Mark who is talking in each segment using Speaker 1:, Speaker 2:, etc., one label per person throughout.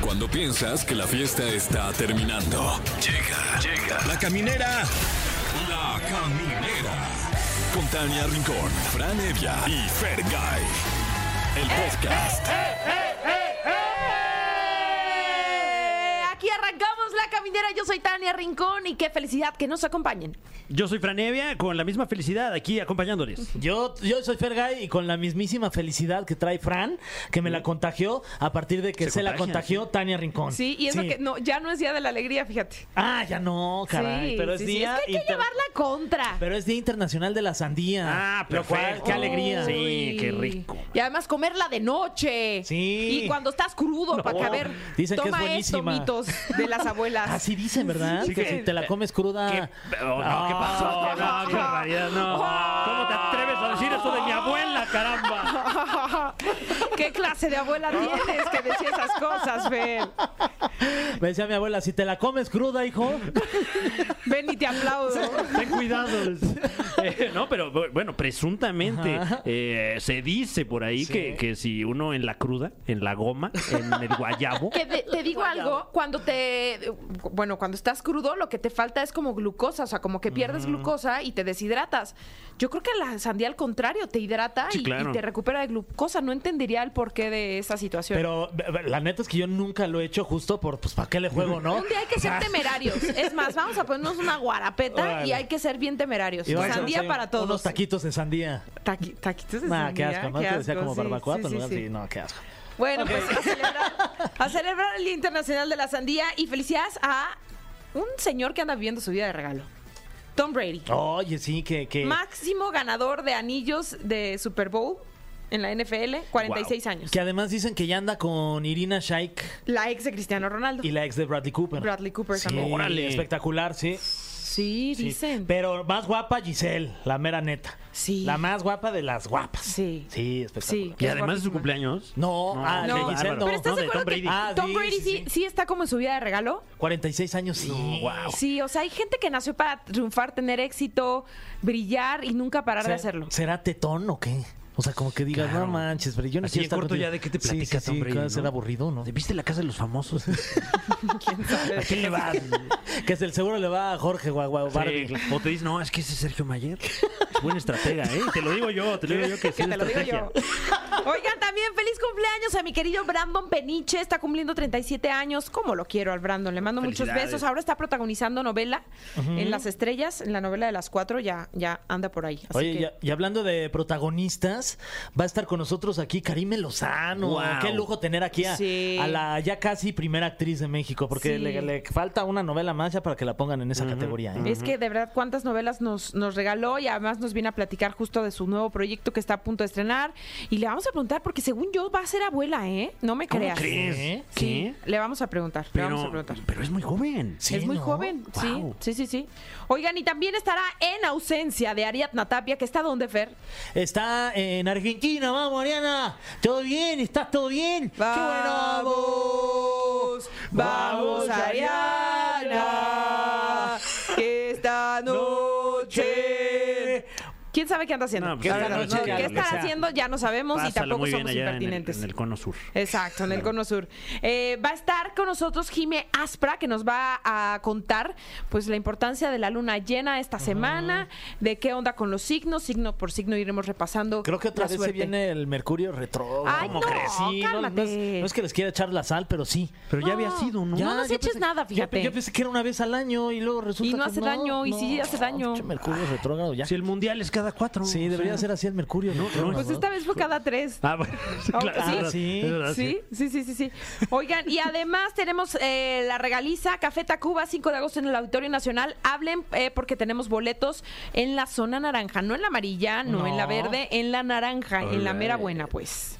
Speaker 1: Cuando piensas que la fiesta está terminando. Llega, llega. La caminera. La caminera. Con Tania Rincón, Fran Evia y Fergay. El podcast.
Speaker 2: Eh, Aquí arrancamos la caminera. Yo soy Tania Rincón y qué felicidad que nos acompañen.
Speaker 3: Yo soy Franevia, con la misma felicidad aquí acompañándoles.
Speaker 4: Yo, yo soy Fergay y con la mismísima felicidad que trae Fran, que me la contagió a partir de que se,
Speaker 3: Se
Speaker 4: la
Speaker 3: contagia,
Speaker 4: contagió
Speaker 3: sí.
Speaker 4: Tania Rincón.
Speaker 2: Sí, y eso que no, ya no es día de la alegría, fíjate.
Speaker 4: Ah, ya no, caray.
Speaker 2: sí,
Speaker 4: pero es
Speaker 2: sí, sí.
Speaker 4: día.
Speaker 2: Es que hay que
Speaker 4: inter-
Speaker 2: llevar la contra.
Speaker 4: Pero es Día Internacional de la Sandía. Lo cual, qué
Speaker 3: Ah, perfecto.
Speaker 4: alegría.
Speaker 3: Sí, qué
Speaker 2: Uy.
Speaker 3: rico.
Speaker 2: Y además comerla de noche.
Speaker 4: Sí.
Speaker 2: Y cuando estás crudo, para caber.
Speaker 4: dicen que es
Speaker 2: Toma esto,
Speaker 4: buenísima.
Speaker 2: mitos de las abuelas.
Speaker 4: Así dicen, ¿verdad?
Speaker 3: Sí, Eh,
Speaker 4: que
Speaker 3: que-
Speaker 4: si te la comes cruda.
Speaker 3: ¿Qué, oh, no, ¿qué pasó?
Speaker 4: Ah,
Speaker 3: No, qué barbaridad, no.
Speaker 4: Oh.
Speaker 3: ¿Cómo te atreves a decir eso de mi abuela, caramba?
Speaker 2: ¿Qué clase de abuela tienes que decir esas cosas, Fer?
Speaker 4: Me decía mi abuela, si te la comes cruda, hijo.
Speaker 2: Ven y te aplaudo.
Speaker 3: Ten cuidado. Eh, no, pero bueno, presuntamente
Speaker 4: Ajá.
Speaker 3: eh, se dice por ahí
Speaker 4: Sí.
Speaker 3: que, que si uno en la cruda, en la goma, en el guayabo.
Speaker 2: Que de- te digo algo, cuando te. Bueno, cuando estás crudo, lo que te falta es como glucosa, o sea, como que pierdes glucosa y te deshidratas. Yo creo que la sandía, al contrario, te hidrata
Speaker 3: Sí,
Speaker 2: y,
Speaker 3: claro.
Speaker 2: y te recupera de glucosa. No entendería el porqué de esa situación.
Speaker 4: Pero b- b- la neta es que yo nunca lo he hecho justo por, pues, ¿para qué le juego, no?
Speaker 2: Un día hay que ser temerarios. Es más, vamos a ponernos una guarapeta y
Speaker 4: Órale.
Speaker 2: hay que ser bien temerarios.
Speaker 4: Y vamos a
Speaker 2: Sandía
Speaker 4: hacer un-
Speaker 2: para todos.
Speaker 4: Unos taquitos de sandía.
Speaker 2: Taqui- taquitos de
Speaker 4: Nah,
Speaker 2: sandía.
Speaker 4: qué asco. Más
Speaker 2: qué
Speaker 4: te decía
Speaker 2: asco,
Speaker 4: como
Speaker 2: sí,
Speaker 4: barbacoa,
Speaker 2: sí,
Speaker 4: pero
Speaker 2: sí,
Speaker 4: no,
Speaker 2: sí.
Speaker 4: sí, no, qué asco.
Speaker 2: Bueno, pues a celebrar, a celebrar el Día Internacional de la Sandía y felicidades a un señor que anda viviendo su vida de regalo. Tom Brady,
Speaker 4: Oye, sí, que... que...
Speaker 2: máximo ganador de anillos de Super Bowl en la NFL, 46 años.
Speaker 4: Que además dicen que ya anda con Irina Shayk
Speaker 2: La ex de Cristiano Ronaldo.
Speaker 4: y la ex de Bradley Cooper.
Speaker 2: Bradley Cooper también.
Speaker 4: Órale. Espectacular, sí.
Speaker 2: Sí,
Speaker 4: sí.
Speaker 2: dicen.
Speaker 4: Pero más guapa Giselle, la mera neta.
Speaker 2: Sí.
Speaker 4: La más guapa de las guapas.
Speaker 2: Sí.
Speaker 4: Sí, espectacular.
Speaker 2: Sí.
Speaker 3: Y además de su cumpleaños.
Speaker 4: No, ah,
Speaker 2: No.
Speaker 4: de Giselle no.
Speaker 2: Pero estás
Speaker 4: no,
Speaker 2: de
Speaker 4: de
Speaker 2: acuerdo
Speaker 4: Tom
Speaker 2: que
Speaker 4: Brady. Ah,
Speaker 2: Tom
Speaker 4: sí,
Speaker 2: Brady sí,
Speaker 4: sí, sí.
Speaker 2: sí está como en su vida de regalo.
Speaker 4: 46 años, sí.
Speaker 3: wow.
Speaker 2: Sí, o sea, hay gente que nació para triunfar, tener éxito, brillar y nunca parar de
Speaker 4: ¿Será-
Speaker 2: hacerlo.
Speaker 4: ¿Será tetón o qué? O sea, como que digas,
Speaker 3: Claro.
Speaker 4: no manches, pero yo no
Speaker 3: Así
Speaker 4: quiero
Speaker 3: en
Speaker 4: estar
Speaker 3: corto
Speaker 4: contigo".
Speaker 3: ya de qué te
Speaker 4: Sí,
Speaker 3: platicas,
Speaker 4: sí, sí,
Speaker 3: hombre.
Speaker 4: cada
Speaker 3: ¿no?
Speaker 4: ser aburrido, ¿no?
Speaker 3: ¿Viste la casa de los famosos? ¿A quién le vas?
Speaker 4: Que es el seguro le va a Jorge Guau Guau Barbie.
Speaker 3: Sí, O te dices, no, es que ese es Sergio Mayer. Es buen estratega, ¿eh? Te lo digo yo, te lo digo yo que, sí
Speaker 2: que
Speaker 3: es
Speaker 2: te lo digo
Speaker 3: estrategia.
Speaker 2: yo. Oigan, también feliz cumpleaños a mi querido Brandon Peniche. Está cumpliendo 37 años. Como lo quiero al Brandon. Le mando muchos
Speaker 3: Felicidades.
Speaker 2: besos. Ahora está protagonizando novela en Las Estrellas, en la novela de las cuatro. Ya, ya anda por ahí. Así
Speaker 4: Oye,
Speaker 2: que-
Speaker 4: ya- y hablando de protagonistas, va a estar con nosotros aquí Karime Lozano.
Speaker 3: Guau.
Speaker 4: Qué lujo tener aquí a,
Speaker 2: Sí.
Speaker 4: a la ya casi primera actriz de México, porque
Speaker 2: Sí.
Speaker 4: le, le falta una novela más ya para que la pongan en esa categoría. ¿eh?
Speaker 2: Es que de verdad cuántas novelas nos, nos regaló y además nos viene a platicar justo de su nuevo proyecto que está a punto de estrenar. Y le vamos a preguntar, porque según yo va a ser abuela, ¿eh? No me
Speaker 3: ¿Cómo
Speaker 2: creas.
Speaker 3: crees?
Speaker 4: ¿Eh?
Speaker 2: Sí,
Speaker 3: ¿Qué?
Speaker 2: le vamos a preguntar. le vamos a
Speaker 3: Pero,
Speaker 2: preguntar.
Speaker 3: pero es muy joven.
Speaker 4: Sí,
Speaker 2: es muy
Speaker 4: ¿no?
Speaker 2: joven,
Speaker 3: Guau.
Speaker 2: sí, sí, sí, sí. Oigan, y también estará en ausencia de Ariadna Tapia, que está donde, Fer.
Speaker 4: Está en Argentina, vamos, Ariana. ¿Todo bien? ¿Estás todo bien?
Speaker 2: Vamos,
Speaker 4: vamos, Ariana,
Speaker 2: que esta
Speaker 4: noche-
Speaker 2: ¿Quién sabe qué anda haciendo?
Speaker 3: No, pues,
Speaker 2: ¿Qué,
Speaker 3: esta
Speaker 2: estará-
Speaker 3: noche,
Speaker 2: no,
Speaker 3: ya,
Speaker 2: ¿qué
Speaker 3: lo que
Speaker 2: estará
Speaker 3: sea.
Speaker 2: haciendo? Ya no sabemos y
Speaker 3: Pásalo
Speaker 2: tampoco
Speaker 3: muy bien
Speaker 2: somos
Speaker 3: allá en el,
Speaker 2: impertinentes. Eh,
Speaker 3: en el cono sur.
Speaker 2: Exacto, en el Cono Sur. Eh, va a estar con nosotros Jime Aspra, que nos va a contar pues la importancia de la luna llena esta semana, de qué onda con los signos, signo por signo iremos repasando.
Speaker 4: Creo que otra
Speaker 2: la
Speaker 4: vez se
Speaker 2: suerte.
Speaker 4: viene el Mercurio retro.
Speaker 2: Ay, no,
Speaker 4: no, no es,
Speaker 2: cálmate.
Speaker 4: no es que les quiera echar la sal, pero sí. Ah,
Speaker 3: Pero ya había
Speaker 2: No.
Speaker 3: sido, ¿no?
Speaker 2: Ya. nos
Speaker 4: yo
Speaker 2: eches nada,
Speaker 4: yo-
Speaker 2: fíjate.
Speaker 4: Yo, pensé que era una vez al año y luego resulta
Speaker 2: Y
Speaker 4: que
Speaker 2: no hace daño, y sí hace daño.
Speaker 4: pinche Mercurio retrógrado ya.
Speaker 3: Si el mundial es cada cuatro.
Speaker 4: Sí,
Speaker 3: o
Speaker 4: debería
Speaker 3: sea.
Speaker 4: ser así el Mercurio.
Speaker 3: No,
Speaker 4: retrógrado,
Speaker 3: no,
Speaker 2: Pues esta vez fue cada tres.
Speaker 3: Ah, bueno. claro,
Speaker 2: Oh, sí.
Speaker 3: es verdad,
Speaker 4: Sí.
Speaker 3: es verdad,
Speaker 2: Sí, sí, sí, sí, sí. Oigan, y además tenemos eh, la regaliza Café Tacuba, 5 de agosto en el Auditorio Nacional. Hablen eh, porque tenemos boletos en la zona naranja, no en la amarilla, no,
Speaker 4: No.
Speaker 2: en la verde, en la naranja, en la mera
Speaker 3: Alright.
Speaker 2: buena, pues.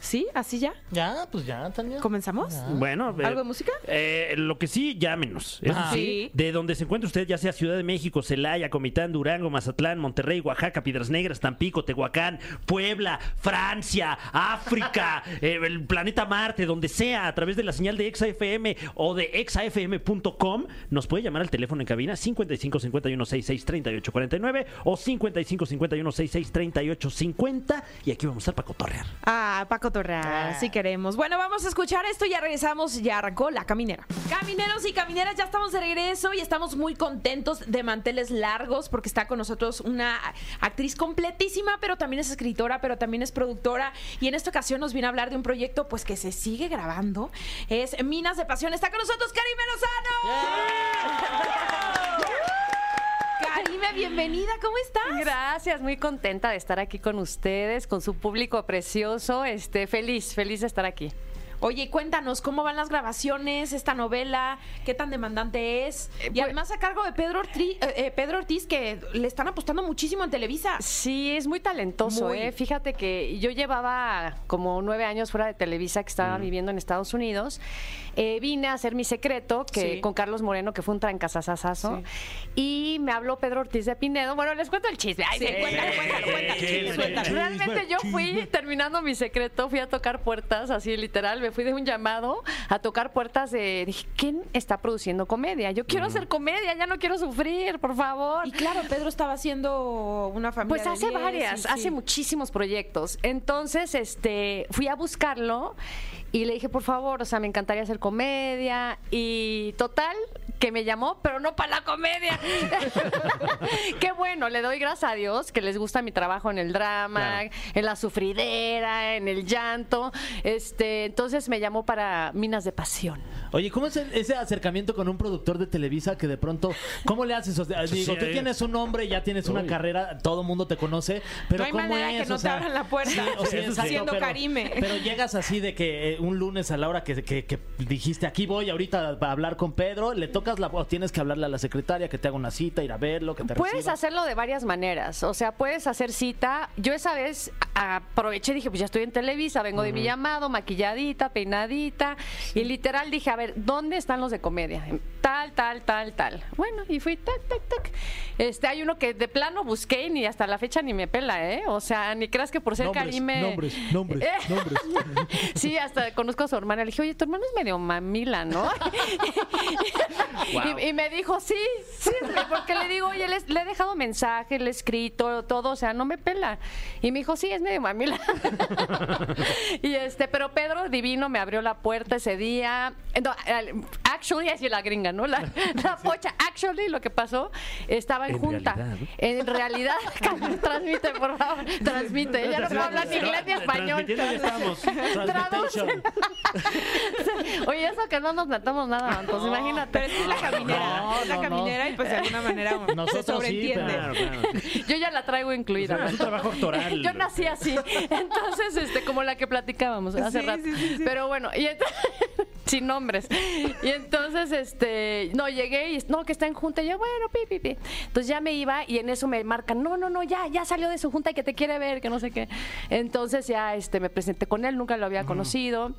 Speaker 2: ¿Sí? ¿Así ya?
Speaker 4: Ya, pues ya, Tania.
Speaker 2: ¿Comenzamos?
Speaker 3: Bueno, eh,
Speaker 2: ¿Algo de música?
Speaker 3: eh, lo que sí, llámenos. Eso
Speaker 4: Ah.
Speaker 2: Sí.
Speaker 3: sí, de donde se encuentre usted, ya sea Ciudad de México, Celaya, Comitán, Durango, Mazatlán, Monterrey, Oaxaca, Piedras Negras, Tampico, Tehuacán, Puebla, Francia, África, eh, el planeta Marte, donde sea, a través de la señal de ExaFM o de exafm.com, nos puede llamar al teléfono en cabina 55 51 66 38 49 o 55 51 66 38 50 y aquí vamos a estar para cotorrear.
Speaker 2: Ah, Paco cotorrear, si queremos. Bueno, vamos a escuchar esto, ya regresamos, ya arrancó la caminera. Camineros y camineras, ya estamos de regreso y estamos muy contentos de manteles largos porque está con nosotros una actriz completísima, pero también es escritora, pero también es productora y en esta ocasión nos viene a hablar de un proyecto pues que se sigue grabando. Es Minas de Pasión. Está con nosotros Karime Lozano. Karime, bienvenida, ¿cómo estás?
Speaker 5: Gracias, muy contenta de estar aquí con ustedes, con su público precioso. Este, feliz, feliz de estar aquí.
Speaker 2: Oye, cuéntanos cómo van las grabaciones, esta novela, qué tan demandante es. y
Speaker 5: pues-
Speaker 2: además a cargo de Pedro Ortiz, Pedro Ortiz, que le están apostando muchísimo en Televisa.
Speaker 5: Sí, es muy talentoso,
Speaker 2: Muy.
Speaker 5: ¿eh? Fíjate que yo llevaba como nueve años fuera de Televisa,
Speaker 2: Mm.
Speaker 5: que estaba viviendo en Estados Unidos. Eh, vine a hacer mi secreto que,
Speaker 2: Sí.
Speaker 5: con Carlos Moreno, que fue un trancazazazazo. Y me habló Pedro Ortiz de Pinedo. Bueno, les cuento el chisme. Ay,
Speaker 2: Sí,
Speaker 5: sí.
Speaker 2: cuéntalo, cuéntalo, cuéntalo,
Speaker 3: Sí,
Speaker 2: chisme,
Speaker 3: sí,
Speaker 2: suéltalo.
Speaker 3: sí.
Speaker 5: Realmente yo fui terminando mi secreto, fui a tocar puertas, así literal, me fui de un llamado a tocar puertas de, dije, ¿quién está produciendo comedia? Yo quiero hacer comedia, ya no quiero sufrir, por favor.
Speaker 2: Mm. Y claro, Pedro estaba haciendo una familia.
Speaker 5: Pues
Speaker 2: de
Speaker 5: hace
Speaker 2: diez,
Speaker 5: varias,
Speaker 2: sí, sí.
Speaker 5: hace muchísimos proyectos. Entonces, este, fui a buscarlo y le dije, por favor, o sea, me encantaría hacer comedia. Y total, que me llamó, pero no para la comedia. Qué bueno, le doy gracias a Dios que les gusta mi trabajo en el drama,
Speaker 3: Claro.
Speaker 5: en la sufridera, en el llanto. Este, entonces me llamó para Minas de Pasión.
Speaker 4: Oye, ¿cómo es el- ese acercamiento con un productor de Televisa que de pronto, ¿cómo le haces? O sea, digo,
Speaker 3: sí,
Speaker 4: tú
Speaker 3: eh.
Speaker 4: tienes un nombre, ya tienes una
Speaker 3: Uy.
Speaker 4: carrera, todo mundo te conoce, pero
Speaker 2: No hay
Speaker 4: ¿cómo
Speaker 2: manera
Speaker 4: es?
Speaker 2: que no
Speaker 4: O
Speaker 2: te
Speaker 4: sea,
Speaker 2: abran la puerta.
Speaker 4: o sea,
Speaker 3: Eso sí.
Speaker 4: exacto,
Speaker 2: Siendo
Speaker 4: pero-
Speaker 2: Karime.
Speaker 4: Pero llegas así de que eh, un lunes a la hora que, que- que dijiste, aquí voy ahorita a hablar con Pedro, le tocas la o tienes que hablarle a la secretaria que te haga una cita, ir a verlo, que te
Speaker 5: Puedes
Speaker 4: reciba.
Speaker 5: hacerlo de varias maneras, o sea, puedes hacer cita. Yo esa vez a- aproveché y dije, pues ya estoy en Televisa, vengo de mi llamado, maquilladita, peinadita, y literal dije, a ver, ¿dónde están los de comedia? Tal, tal, tal, tal. Bueno, y fui, tac, tac, tac. Este, hay uno que de plano busqué y ni hasta la fecha ni me pela, ¿eh? O sea, ni creas que por ser
Speaker 4: Nombres,
Speaker 5: Karime...
Speaker 4: nombres, nombres,
Speaker 5: Eh.
Speaker 4: nombres.
Speaker 5: Sí, hasta conozco a su hermana. Le dije, oye, tu hermano es medio mamila, ¿no?
Speaker 3: Wow.
Speaker 5: y, y me dijo, sí, sí, güey, porque le digo, oye, le, le he dejado mensaje, le he escrito, todo, o sea, no me pela. Y me dijo, sí, es medio mamila. y este, pero Pedro Divino me abrió la puerta ese día. No, al- actually, así la gringa, ¿no? La, la pocha, actually, lo que pasó, estaba en,
Speaker 3: En
Speaker 5: junta.
Speaker 3: realidad, ¿no?
Speaker 5: En realidad, transmite, por favor, transmite. Ya no puedo hablar ni inglés ni español.
Speaker 3: Transmitiendo ya estamos.
Speaker 4: Transmutation.
Speaker 5: Oye, eso que no nos matamos nada, entonces imagínate.
Speaker 2: Pero es que es la caminera,
Speaker 4: No,
Speaker 2: es la
Speaker 4: no, no.
Speaker 2: caminera y pues de alguna manera se
Speaker 4: Nosotros sí,
Speaker 2: sobreentiende.
Speaker 4: pero-
Speaker 3: Claro, claro.
Speaker 5: Yo ya la traigo incluida.
Speaker 3: Es un trabajo actoral.
Speaker 5: Yo nací así. Entonces, este, como la que platicábamos hace
Speaker 2: Sí,
Speaker 5: rato.
Speaker 2: sí, sí, sí.
Speaker 5: Pero bueno, y ent- sin nombres. Y entonces, este, no, llegué y no, que está en junta. Y yo, bueno, pi, pi, pi. Entonces ya me iba y en eso me marcan, no, no, no, ya, ya salió de su junta y que te quiere ver, que no sé qué. Entonces ya este, me presenté con él, nunca lo había conocido.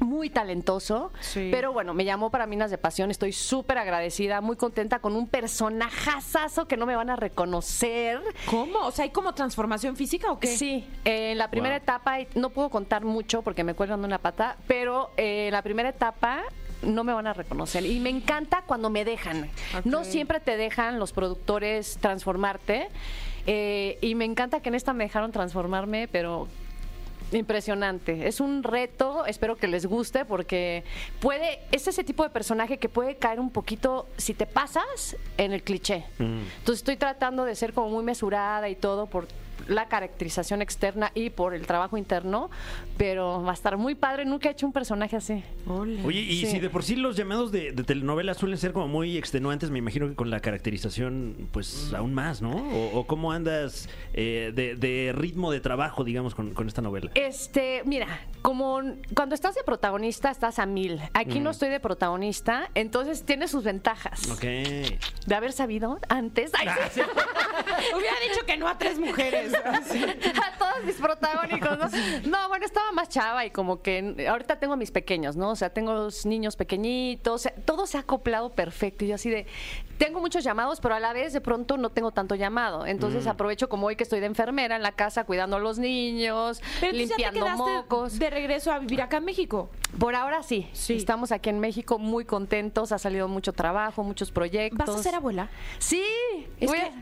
Speaker 5: Muy talentoso,
Speaker 2: Sí.
Speaker 5: pero bueno, me llamó para Minas de Pasión. Estoy súper agradecida, muy contenta con un personajazazo que no me van a reconocer.
Speaker 2: ¿Cómo? O sea, ¿hay como transformación física o qué?
Speaker 5: Sí, eh, en la primera
Speaker 3: Wow.
Speaker 5: etapa, y no puedo contar mucho porque me cuelgan de una pata, pero eh, en la primera etapa no me van a reconocer. Y me encanta cuando me dejan. No
Speaker 2: Ok.
Speaker 5: siempre te dejan los productores transformarte. eh, y me encanta que en esta me dejaron transformarme, pero impresionante. Es un reto, espero que les guste porque puede es ese tipo de personaje que puede caer un poquito si te pasas en el cliché. Entonces estoy tratando de ser como muy mesurada y todo por la caracterización externa y por el trabajo interno, pero va a estar muy padre, nunca he hecho un personaje así.
Speaker 3: Oye, y
Speaker 5: Sí.
Speaker 3: si de por sí los llamados de, de telenovelas suelen ser como muy extenuantes, me imagino que con la caracterización, pues aún más, ¿no? O, o cómo andas eh, de, de ritmo de trabajo, digamos, con, con esta novela.
Speaker 5: Este, mira, como n- cuando estás de protagonista estás a mil. Aquí no estoy de protagonista, entonces tiene sus ventajas.
Speaker 3: Ok.
Speaker 5: De haber sabido antes. Ay, Ah, sí.
Speaker 2: Hubiera dicho que no a tres mujeres. Así.
Speaker 5: a todos mis protagónicos, ¿no? No, bueno, estaba más chava y como que n- ahorita tengo a mis pequeños, ¿no? O sea, tengo los niños pequeñitos, o sea, todo se ha acoplado perfecto. Y yo así de, tengo muchos llamados, pero a la vez de pronto no tengo tanto llamado. Entonces aprovecho como hoy que estoy de enfermera en la casa cuidando a los niños,
Speaker 2: Pero tú ya te
Speaker 5: limpiando
Speaker 2: quedaste
Speaker 5: mocos.
Speaker 2: de regreso a vivir acá en México.
Speaker 5: Por ahora sí.
Speaker 2: Sí.
Speaker 5: Estamos aquí en México muy contentos, ha salido mucho trabajo, muchos proyectos.
Speaker 2: ¿Vas a ser abuela?
Speaker 5: Sí,
Speaker 2: Es
Speaker 5: voy
Speaker 2: que,
Speaker 5: a-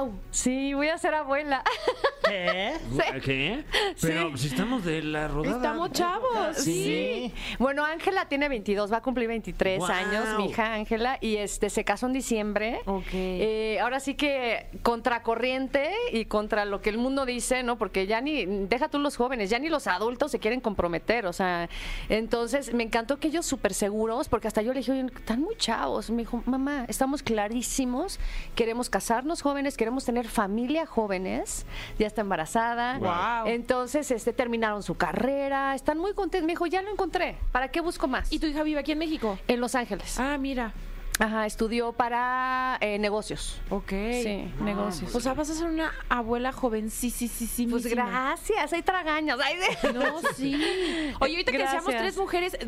Speaker 2: wow.
Speaker 5: sí, voy a ser abuela.
Speaker 4: ¿Qué?
Speaker 5: Sí.
Speaker 3: ¿Qué? Pero si estamos de la rodada.
Speaker 2: Estamos chavos,
Speaker 5: Sí. Bueno, Ángela tiene 22, va a cumplir 23
Speaker 3: Guau.
Speaker 5: años, mi hija Ángela, y este se casó en diciembre.
Speaker 2: Ok.
Speaker 5: Eh, ahora sí que contracorriente y contra lo que el mundo dice, ¿no? Porque ya ni, deja tú los jóvenes, ya ni los adultos se quieren comprometer, o sea, entonces me encantó que ellos súper seguros, porque hasta yo le dije, oye, están muy chavos. Me dijo, mamá, estamos clarísimos, queremos casarnos jóvenes, queremos tener familia jóvenes, ya está embarazada.
Speaker 2: Guau.
Speaker 5: Entonces, este, terminaron su carrera, están muy contentos. Me dijo, ya lo encontré, ¿para qué busco más?
Speaker 2: ¿Y tu hija vive aquí en México?
Speaker 5: En Los Ángeles.
Speaker 2: Ah, mira.
Speaker 5: Ajá, estudió para eh, negocios.
Speaker 2: Ok.
Speaker 5: Sí, negocios.
Speaker 2: O sea, vas a ser una abuela jovencísima.
Speaker 5: Pues gracias, hay tragañas. Ay, de-
Speaker 2: No, sí. Oye, ahorita que decíamos
Speaker 5: Gracias.
Speaker 2: tres mujeres, eh,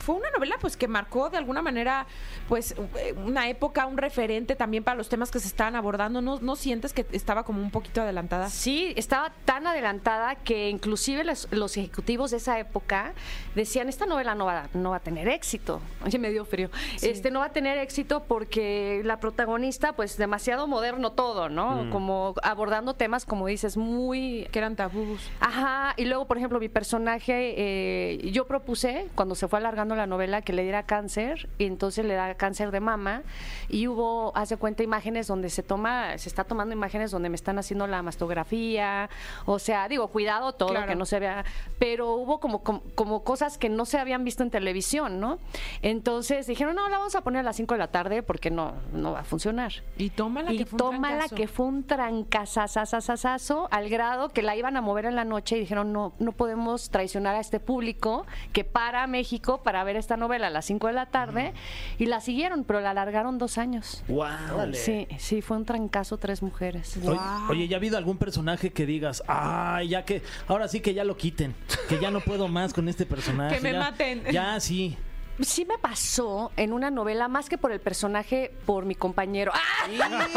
Speaker 2: fue una novela pues que marcó de alguna manera pues eh, una época, un referente también para los temas que se estaban abordando. ¿No, no sientes que estaba como un poquito adelantada?
Speaker 5: Sí, estaba tan adelantada que inclusive los, los ejecutivos de esa época decían, esta novela no va, a- no va a tener éxito. Oye, me dio frío. Este no va a tener éxito porque la protagonista, pues demasiado moderno todo, ¿no? Como abordando temas, como dices, muy...
Speaker 2: Que eran tabús.
Speaker 5: Ajá, y luego, por ejemplo, mi personaje, eh, yo propuse, cuando se fue alargando la novela, que le diera cáncer, y entonces le da cáncer de mama, y hubo, hace cuenta, imágenes donde se toma, se está tomando imágenes donde me están haciendo la mastografía, o sea, digo, cuidado todo,
Speaker 2: Claro.
Speaker 5: que no se vea, pero hubo como, como, como cosas que no se habían visto en televisión, ¿no? Entonces dijeron, no, la vamos a poner a las 5 de la tarde porque no, no va a funcionar
Speaker 2: Y tómala
Speaker 5: y
Speaker 2: que fue un
Speaker 5: tómala
Speaker 2: trancazo.
Speaker 5: que fue un trancazazazazazo al grado que la iban a mover en la noche y dijeron no no podemos traicionar a este público que para a México para ver esta novela a las 5 de la tarde y la siguieron pero la alargaron dos años
Speaker 3: ¡Wow!
Speaker 5: sí sí fue un trancazo tres mujeres
Speaker 4: Oye, oye, ¿ya ha habido algún personaje que digas, ay, ya que, ahora sí que ya lo quiten, que ya no puedo más con este personaje?
Speaker 2: Que me
Speaker 4: ya-
Speaker 2: maten.
Speaker 4: Ya, sí.
Speaker 5: sí me pasó en una novela más que por el personaje por mi compañero ¡Ah!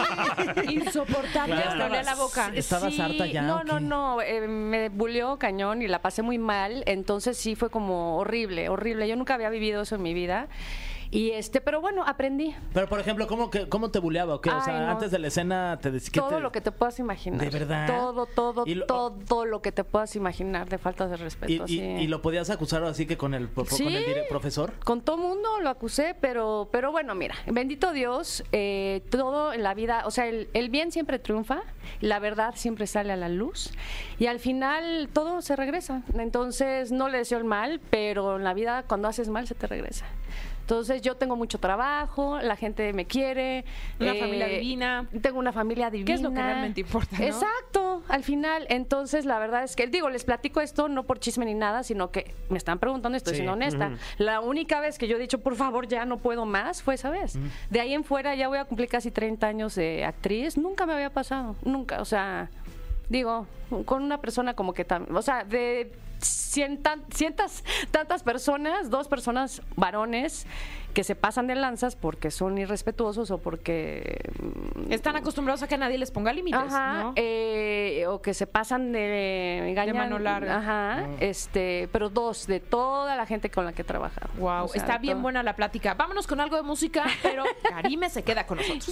Speaker 2: Insoportable.
Speaker 4: Claro.
Speaker 2: Hasta olía la boca.
Speaker 4: ¿Estabas harta ya
Speaker 5: No,
Speaker 4: o
Speaker 5: no,
Speaker 4: qué?
Speaker 5: no. eh, me buleó cañón y la pasé muy mal. Entonces sí fue como horrible, horrible. Yo nunca había vivido eso en mi vida. Y este, pero bueno, aprendí
Speaker 4: Pero, por ejemplo, ¿cómo, que, cómo te buleaba? ¿O qué? O
Speaker 5: Ay,
Speaker 4: sea,
Speaker 5: no.
Speaker 4: antes de la escena te decía
Speaker 5: todo lo que te puedas imaginar.
Speaker 4: ¿De verdad?
Speaker 5: Todo, todo,
Speaker 4: Y lo-
Speaker 5: todo lo que te puedas imaginar de faltas de
Speaker 4: Y,
Speaker 5: respeto.
Speaker 4: y-
Speaker 5: sí.
Speaker 4: y lo podías acusar así que con el, pro-
Speaker 5: Sí.
Speaker 4: con el dire- profesor.
Speaker 5: Con todo mundo lo acusé, pero, pero bueno, mira, bendito Dios, eh, todo en la vida, o sea, el, el bien siempre triunfa, la verdad siempre sale a la luz y al final todo se regresa. Entonces no le deseo el mal, pero en la vida cuando haces mal se te regresa. Entonces yo tengo mucho trabajo, la gente me quiere.
Speaker 2: Una familia
Speaker 5: Eh,
Speaker 2: divina.
Speaker 5: Tengo una familia divina.
Speaker 2: es lo que realmente importa, no?
Speaker 5: Exacto. Exacto, al final. Entonces, la verdad es que, digo, les platico esto no por chisme ni nada, sino que me están preguntando, estoy
Speaker 4: Sí,
Speaker 5: siendo honesta. La única vez que yo he dicho, por favor, ya no puedo más, fue esa vez. De ahí en fuera ya voy a cumplir casi 30 años de actriz. Nunca me había pasado, nunca. O sea, digo, con una persona como que también, o sea, de cientan- cientas, tantas personas, dos personas varones que se pasan de lanzas porque son irrespetuosos o porque mm,
Speaker 2: Están acostumbrados a que nadie les ponga límites,
Speaker 5: Ajá,
Speaker 2: ¿no?
Speaker 5: eh, o que se pasan de engañan-
Speaker 2: De mano larga.
Speaker 5: Ajá, este, pero dos de toda la gente con la que he trabajado.
Speaker 2: Wow,
Speaker 5: O sea,
Speaker 2: está
Speaker 5: de
Speaker 2: bien
Speaker 5: todo.
Speaker 2: buena la plática. Vámonos con algo de música, pero Karime se queda con nosotros.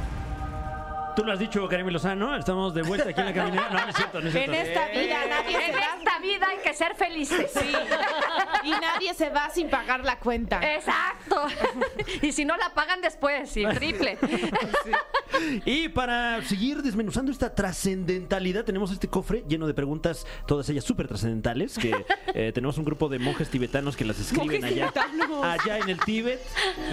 Speaker 3: Tú lo has dicho, Karim Lozano. Estamos de vuelta aquí en la caminera. No, no es cierto, no es
Speaker 5: este
Speaker 3: cierto.
Speaker 2: En esta vida nadie se
Speaker 5: En
Speaker 2: va.
Speaker 5: esta vida hay que ser felices.
Speaker 2: Sí. Y nadie se va sin pagar la cuenta.
Speaker 5: Eh, Exacto. y si no la pagan después, y triple.
Speaker 3: Y para seguir desmenuzando esta trascendentalidad, tenemos este cofre lleno de preguntas, todas ellas súper trascendentales, que eh, tenemos un grupo de monjes tibetanos que las escriben
Speaker 2: Monjes
Speaker 3: allá,
Speaker 2: tibetanos.
Speaker 3: allá en el Tíbet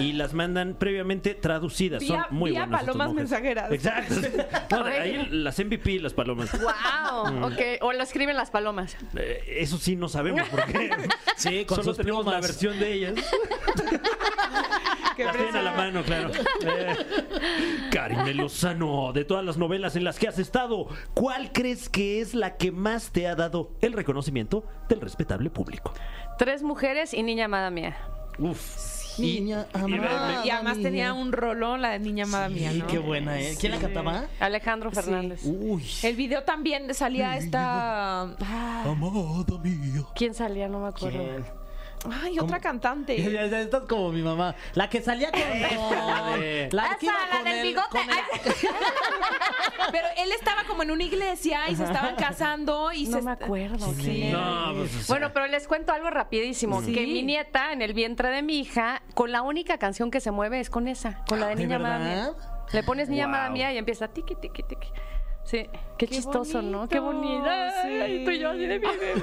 Speaker 3: y las mandan previamente traducidas.
Speaker 2: Vía-
Speaker 3: Son muy
Speaker 2: vía
Speaker 3: buenos estos
Speaker 2: palomas
Speaker 3: monjes.
Speaker 2: mensajeras.
Speaker 3: Exacto. No, ahí las MVP, las palomas.
Speaker 5: wow. ok, o lo escriben las palomas.
Speaker 3: Eh, eso sí no sabemos por qué.
Speaker 4: Sí, con
Speaker 3: Solo
Speaker 4: sus
Speaker 3: tenemos la
Speaker 4: plumas.
Speaker 3: versión de ellas.
Speaker 2: Qué
Speaker 3: Las tienen a la
Speaker 2: precioso.
Speaker 3: mano, claro. Eh, Karime Lozano, de todas las novelas en las que has estado, ¿cuál crees que es la que más te ha dado el reconocimiento del respetable público?
Speaker 5: Tres mujeres y niña amada mía.
Speaker 3: Uf.
Speaker 4: Niña amada
Speaker 2: Ah. Y además
Speaker 4: mía.
Speaker 2: tenía un rolón, la de niña amada mía,
Speaker 4: Sí,
Speaker 2: ¿no?
Speaker 4: qué buena, ¿eh? ¿Quién la cantaba?
Speaker 5: Alejandro
Speaker 2: Sí.
Speaker 5: Fernández.
Speaker 4: Uy.
Speaker 2: El video también salía esta. ah,
Speaker 1: Amada mía.
Speaker 5: ¿Quién salía? No me acuerdo.
Speaker 4: ¿Quién?
Speaker 2: Ay,
Speaker 4: ¿Cómo?
Speaker 2: otra cantante.
Speaker 4: Ya, ya, ya, Estás como mi mamá. La que salía con.
Speaker 3: de-
Speaker 4: la que iba
Speaker 6: Esa, la
Speaker 4: con
Speaker 6: del
Speaker 4: el-
Speaker 6: bigote.
Speaker 4: con el-
Speaker 2: Pero él estaba como en una iglesia y se estaban casando y
Speaker 5: No
Speaker 2: se.
Speaker 5: me acuerdo.
Speaker 2: Sí.
Speaker 5: quién.
Speaker 3: No, pues, o sea,
Speaker 5: Bueno, pero les cuento algo rapidísimo.
Speaker 2: Sí.
Speaker 5: Que mi nieta, en el vientre de mi hija, con la única canción que se mueve es con esa, con la de
Speaker 4: ¿De
Speaker 5: Niña Amada Mía.
Speaker 4: verdad?
Speaker 5: Le pones Niña Amada
Speaker 3: Wow.
Speaker 5: Mía y empieza tiki, tiki, tiki. Sí, qué,
Speaker 2: Qué
Speaker 5: chistoso, ¿no? Qué
Speaker 2: bonito,
Speaker 5: bonito. Ay,
Speaker 2: sí.
Speaker 5: tú y yo así de mi bebé.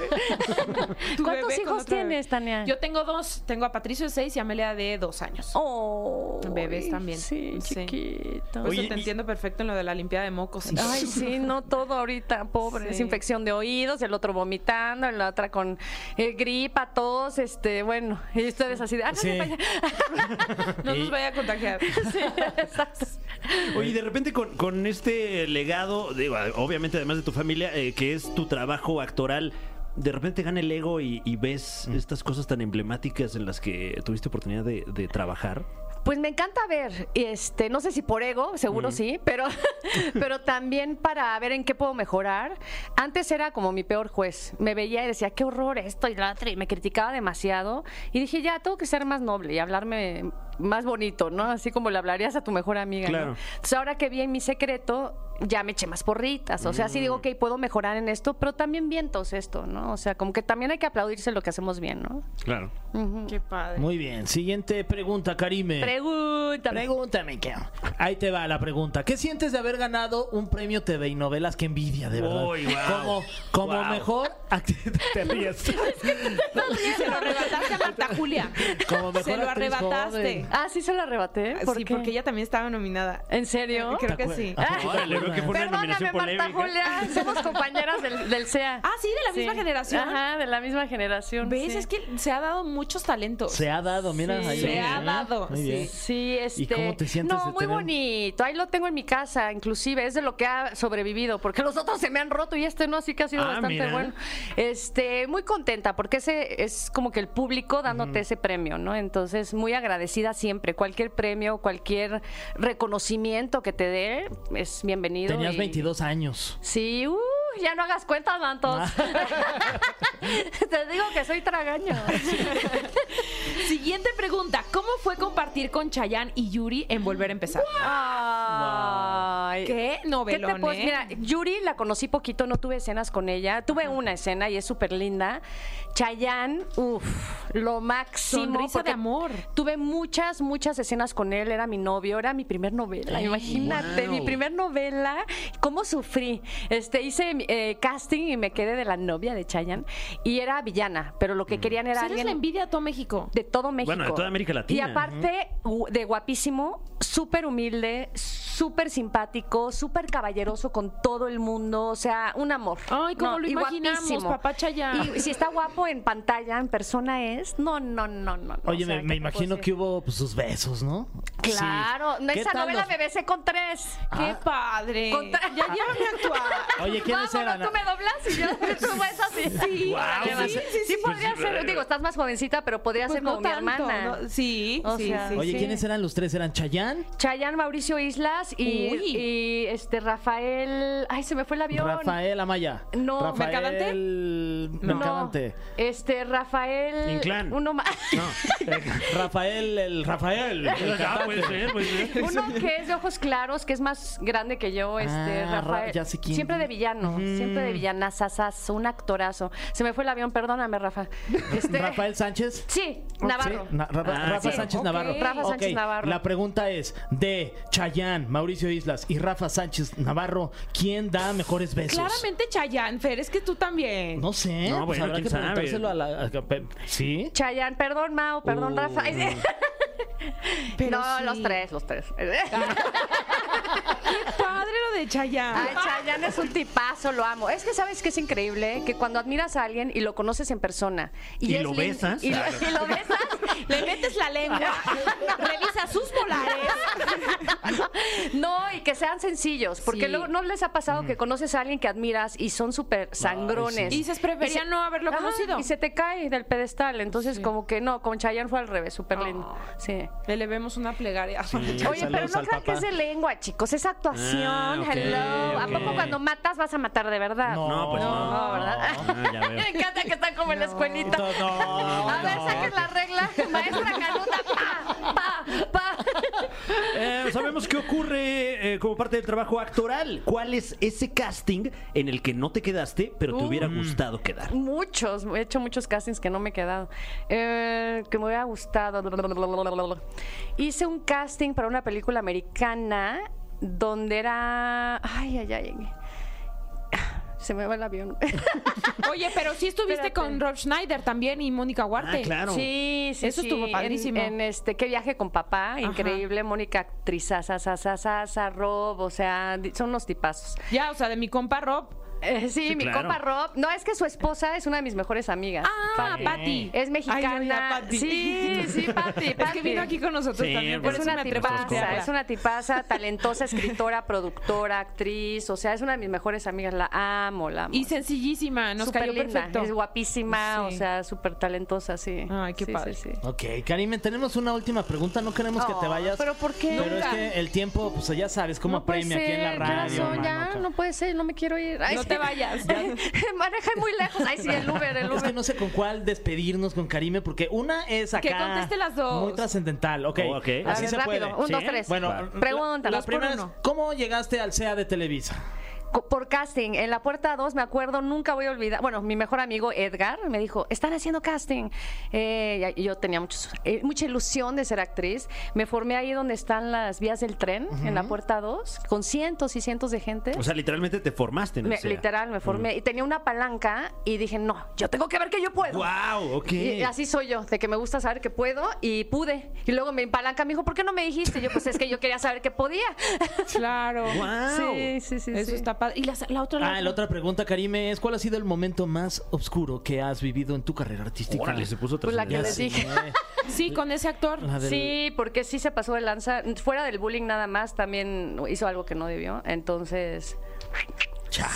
Speaker 2: Tu
Speaker 5: ¿Cuántos
Speaker 2: bebé con
Speaker 5: hijos
Speaker 2: otra bebé.
Speaker 5: tienes, Tania?
Speaker 2: Yo tengo dos. Tengo a Patricio de seis y a Amelia de dos años.
Speaker 5: Oh,
Speaker 2: Bebés también.
Speaker 5: Sí,
Speaker 2: Sí.
Speaker 5: chiquito.
Speaker 2: Por eso
Speaker 3: Oye,
Speaker 2: te
Speaker 3: y-
Speaker 2: entiendo perfecto en lo de la limpiada de mocos. y-
Speaker 5: Ay, sí, no todo ahorita, pobre.
Speaker 2: Sí.
Speaker 5: Es infección de oídos, el otro vomitando, la otra con eh, gripa, tos, este, bueno. Y ustedes así de, ah, no,
Speaker 4: Sí.
Speaker 5: no, vaya.
Speaker 2: No nos vaya a contagiar.
Speaker 5: Sí, exacto.
Speaker 3: pues, Oye, y de repente con, con este legado, digo, obviamente además de tu familia, eh, que es tu trabajo actoral, de repente gana el ego y, y ves estas cosas tan emblemáticas en las que tuviste oportunidad de, de trabajar.
Speaker 5: Pues me encanta ver, este, no sé si por ego, seguro sí, pero, pero también para ver en qué puedo mejorar. Antes era como mi peor juez. Me veía y decía, qué horror esto y la otra, y me criticaba demasiado. Y dije, ya, tengo que ser más noble y hablarme más bonito, ¿no? Así como le hablarías a tu mejor amiga. ¿no?
Speaker 3: Claro.
Speaker 5: Entonces, ahora que vi en mi secreto, ya me eché más porritas. O sea, sí digo, ok, puedo mejorar en esto, pero también vientos esto, ¿no? O sea, como que también hay que aplaudirse lo que hacemos bien, ¿no?
Speaker 3: Claro.
Speaker 5: Ujú.
Speaker 2: Qué padre.
Speaker 4: Muy bien. Siguiente pregunta, Karime.
Speaker 5: Pregúntame.
Speaker 4: Pregúntame, ¿qué? Ahí te va la pregunta. ¿Qué sientes de haber ganado un premio TV y novelas? ¡Qué envidia, de verdad!
Speaker 3: Uy, guau.
Speaker 4: Como, como
Speaker 3: Guau.
Speaker 4: mejor actriz. te ríes.
Speaker 2: Se lo arrebataste a Marta Julia.
Speaker 4: Como mejor
Speaker 2: Se lo
Speaker 4: actriz
Speaker 2: arrebataste.
Speaker 4: joven.
Speaker 5: Ah, sí se la arrebaté. ¿Por
Speaker 2: sí,
Speaker 5: qué?
Speaker 2: porque ella también estaba nominada.
Speaker 5: ¿En serio?
Speaker 2: Creo que
Speaker 4: acuerdas?
Speaker 2: sí.
Speaker 4: Ah.
Speaker 3: Órale, veo que fue una
Speaker 5: Perdóname,
Speaker 3: nominación
Speaker 5: Marta
Speaker 3: polémica.
Speaker 5: Julia. Somos compañeras del, del CEA.
Speaker 2: Ah, sí, de la misma generación.
Speaker 5: Ajá, de la misma generación.
Speaker 2: ¿Ves?
Speaker 5: sí.
Speaker 2: Es que se ha dado muchos talentos.
Speaker 4: Se ha dado, mira.
Speaker 5: Sí,
Speaker 4: ahí
Speaker 5: se
Speaker 4: bien,
Speaker 2: ha
Speaker 4: ¿eh?
Speaker 2: dado,
Speaker 4: Muy
Speaker 2: sí.
Speaker 4: bien.
Speaker 5: Sí, este.
Speaker 4: cómo te sientes
Speaker 5: No,
Speaker 4: de
Speaker 5: muy
Speaker 4: tener-
Speaker 5: bonito. Ahí lo tengo en mi casa, inclusive. Es de lo que ha sobrevivido, porque los otros se me han roto y este no, así que ha sido
Speaker 3: Ah,
Speaker 5: bastante
Speaker 3: mira.
Speaker 5: bueno. Este, muy contenta, porque ese es como que el público dándote ese premio, ¿no? Entonces, muy agradecida siempre. Cualquier premio, cualquier reconocimiento que te dé es bienvenido.
Speaker 4: Tenías
Speaker 5: y-
Speaker 4: 22 años.
Speaker 5: Sí, uh, ya no hagas cuentas,
Speaker 4: Ah.
Speaker 5: Mantos. Te digo que soy tragaño.
Speaker 2: Siguiente pregunta. ¿Cómo fue compartir con Chayanne y Yuri en Volver a Empezar?
Speaker 5: Ay.
Speaker 2: ¡Qué
Speaker 5: ¿Qué
Speaker 2: novelón,
Speaker 5: te puedo-
Speaker 2: eh?
Speaker 5: Mira, Yuri la conocí poquito, no tuve escenas con ella. Tuve una escena y es súper linda. Chayanne, uff, lo máximo.
Speaker 2: Sonrisa
Speaker 5: porque
Speaker 2: de amor.
Speaker 5: Tuve muchas, muchas escenas con él. Era mi novio, era mi primer novela. Imagínate,
Speaker 3: Wow.
Speaker 5: mi primer novela. ¿Cómo sufrí? Este, hice eh, casting y me quedé de la novia de Chayanne. Y era villana, pero lo que querían era
Speaker 2: Pues eres
Speaker 5: alguien...
Speaker 2: la envidia a todo México.
Speaker 5: De todo México.
Speaker 3: Bueno, de toda América Latina.
Speaker 5: Y aparte gu- de guapísimo, súper humilde, súper simpático, súper caballeroso con todo el mundo. O sea, un amor.
Speaker 2: Ay, cómo lo
Speaker 5: y
Speaker 2: imaginamos,
Speaker 5: guapísimo.
Speaker 2: papá Chayanne.
Speaker 5: Y si está guapo en pantalla, en persona es. No, no, no, no. no,
Speaker 4: Oye,
Speaker 5: o sea,
Speaker 4: me,
Speaker 5: ¿qué
Speaker 4: me
Speaker 5: te
Speaker 4: imagino
Speaker 5: puedo
Speaker 4: que
Speaker 5: decir?
Speaker 4: hubo pues, sus besos, ¿no?
Speaker 5: Claro,
Speaker 4: Sí.
Speaker 5: no,
Speaker 4: ¿Qué
Speaker 5: esa
Speaker 4: tal
Speaker 5: novela
Speaker 4: los-
Speaker 5: me besé con tres.
Speaker 2: ¡Qué padre!
Speaker 5: Con ta-
Speaker 2: Ya llévame a actuar.
Speaker 4: Oye, ¿quiénes
Speaker 5: Vámonos,
Speaker 4: eran?
Speaker 5: tú me doblas y yo tú vas así. Sí,
Speaker 3: Guau,
Speaker 5: además.
Speaker 3: sí,
Speaker 5: sí,
Speaker 3: sí, sí.
Speaker 5: podría
Speaker 3: Pues,
Speaker 5: ser. Digo, estás más jovencita, pero podría
Speaker 2: Pues
Speaker 5: ser como
Speaker 2: no
Speaker 5: mi
Speaker 2: tanto,
Speaker 5: hermana.
Speaker 2: ¿no? Sí,
Speaker 5: O
Speaker 2: sí,
Speaker 5: sea,
Speaker 2: sí.
Speaker 4: Oye,
Speaker 5: sí.
Speaker 4: ¿quiénes eran los tres? ¿Eran Chayán?
Speaker 5: Chayanne, Mauricio Islas y,
Speaker 2: Uy.
Speaker 5: y, este Rafael. Ay, se me fue el avión.
Speaker 4: Rafael Amaya.
Speaker 5: No,
Speaker 4: Rafael...
Speaker 2: ¿Mercadante?
Speaker 5: No,
Speaker 4: Mercadante.
Speaker 5: Este Rafael.
Speaker 3: Inclán.
Speaker 5: Uno más.
Speaker 4: Rafael, el Rafael. el
Speaker 3: Ah,
Speaker 4: cantante.
Speaker 3: puede ser, puede ser.
Speaker 5: Uno que es de ojos claros, que es más grande que yo, este
Speaker 4: Ah,
Speaker 5: Rafael.
Speaker 4: Ra- ya sé quién.
Speaker 5: Siempre de villano, siempre de villanazas, un actorazo. Se me fue el avión, perdóname, Rafa. Este,
Speaker 4: Rafael Sánchez.
Speaker 5: Sí, Navarro.
Speaker 4: Sí, Na- Rafa,
Speaker 3: Ah,
Speaker 4: Rafa
Speaker 3: sí,
Speaker 4: Sánchez
Speaker 2: ok.
Speaker 4: Navarro.
Speaker 5: Rafa Sánchez
Speaker 4: Ok,
Speaker 5: Navarro.
Speaker 4: La pregunta es: de Chayán, Mauricio Islas y Rafa Sánchez Navarro, ¿quién da mejores besos?
Speaker 2: Claramente Chayanne, Fer, es que tú también.
Speaker 4: No sé. pues
Speaker 3: No, bueno,
Speaker 4: habrá
Speaker 3: quién
Speaker 4: que
Speaker 3: sabe.
Speaker 4: preguntárselo a la. a- pe- ¿Sí?
Speaker 5: Chayanne, perdón, Mao, perdón,
Speaker 4: Uh.
Speaker 5: Rafa.
Speaker 2: Pero
Speaker 5: no,
Speaker 2: sí.
Speaker 5: los tres, los tres.
Speaker 2: ¡Qué padre lo de Chayanne!
Speaker 5: Ay, Chayanne es un tipazo, lo amo. Es que sabes que es increíble que cuando admiras a alguien y lo conoces en persona y,
Speaker 3: Y
Speaker 5: es
Speaker 3: lo
Speaker 5: lin-
Speaker 3: besas.
Speaker 5: y, lo- y lo besas,
Speaker 2: Le metes la lengua, revisa sus polares.
Speaker 5: no, y que sean sencillos, porque
Speaker 2: Sí.
Speaker 5: luego no les ha pasado
Speaker 3: Mm.
Speaker 5: que conoces a alguien que admiras y son súper sangrones.
Speaker 2: Y dices, prefería no haberlo
Speaker 5: Ajá,
Speaker 2: conocido.
Speaker 5: Y se te cae del pedestal, entonces
Speaker 2: Sí. Oh.
Speaker 5: como que no, con Chayanne fue al revés, súper lindo.
Speaker 2: Ay.
Speaker 5: Sí.
Speaker 2: Le vemos una plegaria.
Speaker 5: Oye, pero
Speaker 4: saludos
Speaker 5: no
Speaker 4: al
Speaker 5: crean
Speaker 4: papá.
Speaker 5: que es de lengua, chicos, es actuación,
Speaker 3: Ah, ok,
Speaker 5: hello. ¿A
Speaker 3: ok.
Speaker 5: poco cuando matas vas a matar de verdad?
Speaker 3: No, pues no.
Speaker 5: No, ¿verdad?
Speaker 3: Ah, ya veo.
Speaker 5: Me encanta que están como en la escuelita.
Speaker 4: No, no,
Speaker 5: a ver,
Speaker 4: no.
Speaker 5: saquen la regla. Maestra Canuta, pa, pa, pa.
Speaker 3: Eh, sabemos qué ocurre eh, como parte del trabajo actoral. ¿Cuál es ese casting en el que no te quedaste, pero te
Speaker 5: Uh.
Speaker 3: hubiera gustado quedar?
Speaker 5: Muchos, he hecho muchos castings que no me he quedado. Eh, que me hubiera gustado. Hice un casting para una película americana donde era. Ay, ay, ay. Se me va el avión.
Speaker 2: Oye, pero sí estuviste
Speaker 5: Espérate.
Speaker 2: con Rob Schneider también y Mónica Huarte.
Speaker 3: Ah, claro.
Speaker 5: Sí, sí,
Speaker 2: Eso
Speaker 5: sí.
Speaker 2: estuvo padrísimo.
Speaker 5: En, en este, qué viaje con papá, increíble. Mónica, actriz, asa, Rob, o sea, di- son unos tipazos.
Speaker 2: Ya, o sea, de mi compa Rob.
Speaker 5: Eh, sí, mi
Speaker 3: claro.
Speaker 5: compa Rob. No, es que su esposa es una de mis mejores amigas.
Speaker 2: Ah, Pati.
Speaker 5: Es mexicana.
Speaker 2: Ay, oiga, Pati.
Speaker 5: Sí, sí, Pati,
Speaker 2: Es que
Speaker 5: Pati.
Speaker 2: vino aquí con nosotros
Speaker 3: Sí,
Speaker 2: también. Por
Speaker 5: Es
Speaker 2: eso me
Speaker 5: una
Speaker 2: atrevo a
Speaker 5: tipaza,
Speaker 2: confiarla.
Speaker 5: es una tipaza, talentosa escritora, productora, actriz, o sea, es una de mis mejores amigas, la amo, la amo.
Speaker 2: Y sencillísima, nos
Speaker 5: Súper
Speaker 2: cayó
Speaker 5: linda,
Speaker 2: perfecto.
Speaker 5: es guapísima,
Speaker 2: Sí.
Speaker 5: o sea, súper talentosa, sí.
Speaker 2: Ay, qué
Speaker 5: Sí, sí,
Speaker 2: padre.
Speaker 5: sí.
Speaker 4: Ok, Karime, tenemos una última pregunta. No queremos que te
Speaker 5: Oh,
Speaker 4: vayas.
Speaker 5: ¿pero por qué?
Speaker 4: Pero es
Speaker 2: Nunca.
Speaker 4: que el tiempo, pues ya sabes cómo apremia aquí en la
Speaker 5: ¿qué
Speaker 4: radio.
Speaker 5: horas son ya?
Speaker 4: mano,
Speaker 5: no puede ser, no me quiero ir. Ay,
Speaker 2: No
Speaker 5: sí.
Speaker 2: te vayas, ya.
Speaker 5: Maneja muy lejos. Ay, sí, el Uber, el
Speaker 4: Es que
Speaker 5: Uber.
Speaker 4: no sé con cuál despedirnos con Karime, porque una es acá.
Speaker 2: Que conteste las dos.
Speaker 4: Muy trascendental, ok.
Speaker 3: Oh, ok.
Speaker 5: A
Speaker 4: Así
Speaker 5: ver,
Speaker 4: se
Speaker 5: rápido.
Speaker 4: puede.
Speaker 5: Un,
Speaker 3: ¿sí?
Speaker 5: dos, tres.
Speaker 4: Bueno,
Speaker 3: Va.
Speaker 4: la-
Speaker 5: Pregúntala.
Speaker 4: La primera es,
Speaker 2: uno.
Speaker 4: ¿cómo llegaste al SEA de Televisa?
Speaker 5: Co- Por casting, en la puerta 2, me acuerdo, nunca voy a olvidar. Bueno, mi mejor amigo Edgar me dijo: Están haciendo casting. Eh, y yo tenía muchos- eh, mucha ilusión de ser actriz. Me formé ahí donde están las vías del tren, en la puerta 2, con cientos y cientos de gente.
Speaker 3: O sea, literalmente te formaste en el
Speaker 5: Me-
Speaker 3: SEA.
Speaker 5: literal, me formé. Y tenía una palanca y dije: No, yo tengo que ver que yo puedo.
Speaker 3: ¡Wow! Mm. Ok.
Speaker 5: Y así soy yo, de que me gusta saber que puedo y pude. Y luego me empalanca, me dijo, ¿por qué no me dijiste? Y yo, pues es que yo quería saber que podía.
Speaker 2: Claro.
Speaker 3: ¡Wow!
Speaker 5: Sí, sí, sí.
Speaker 2: Eso
Speaker 5: sí.
Speaker 2: está padre. Y la, la otra.
Speaker 4: Ah, la otra pregunta, Karime, es ¿cuál ha sido el momento más oscuro que has vivido en tu carrera artística?
Speaker 3: Órale, se puso
Speaker 5: Pues la que
Speaker 4: Ya
Speaker 5: les
Speaker 4: sé. ¿eh?
Speaker 5: dije.
Speaker 2: Sí, con ese actor.
Speaker 4: La del-
Speaker 5: Sí, porque sí se pasó de lanza. Fuera del bullying nada más, también hizo algo que no debió. Entonces,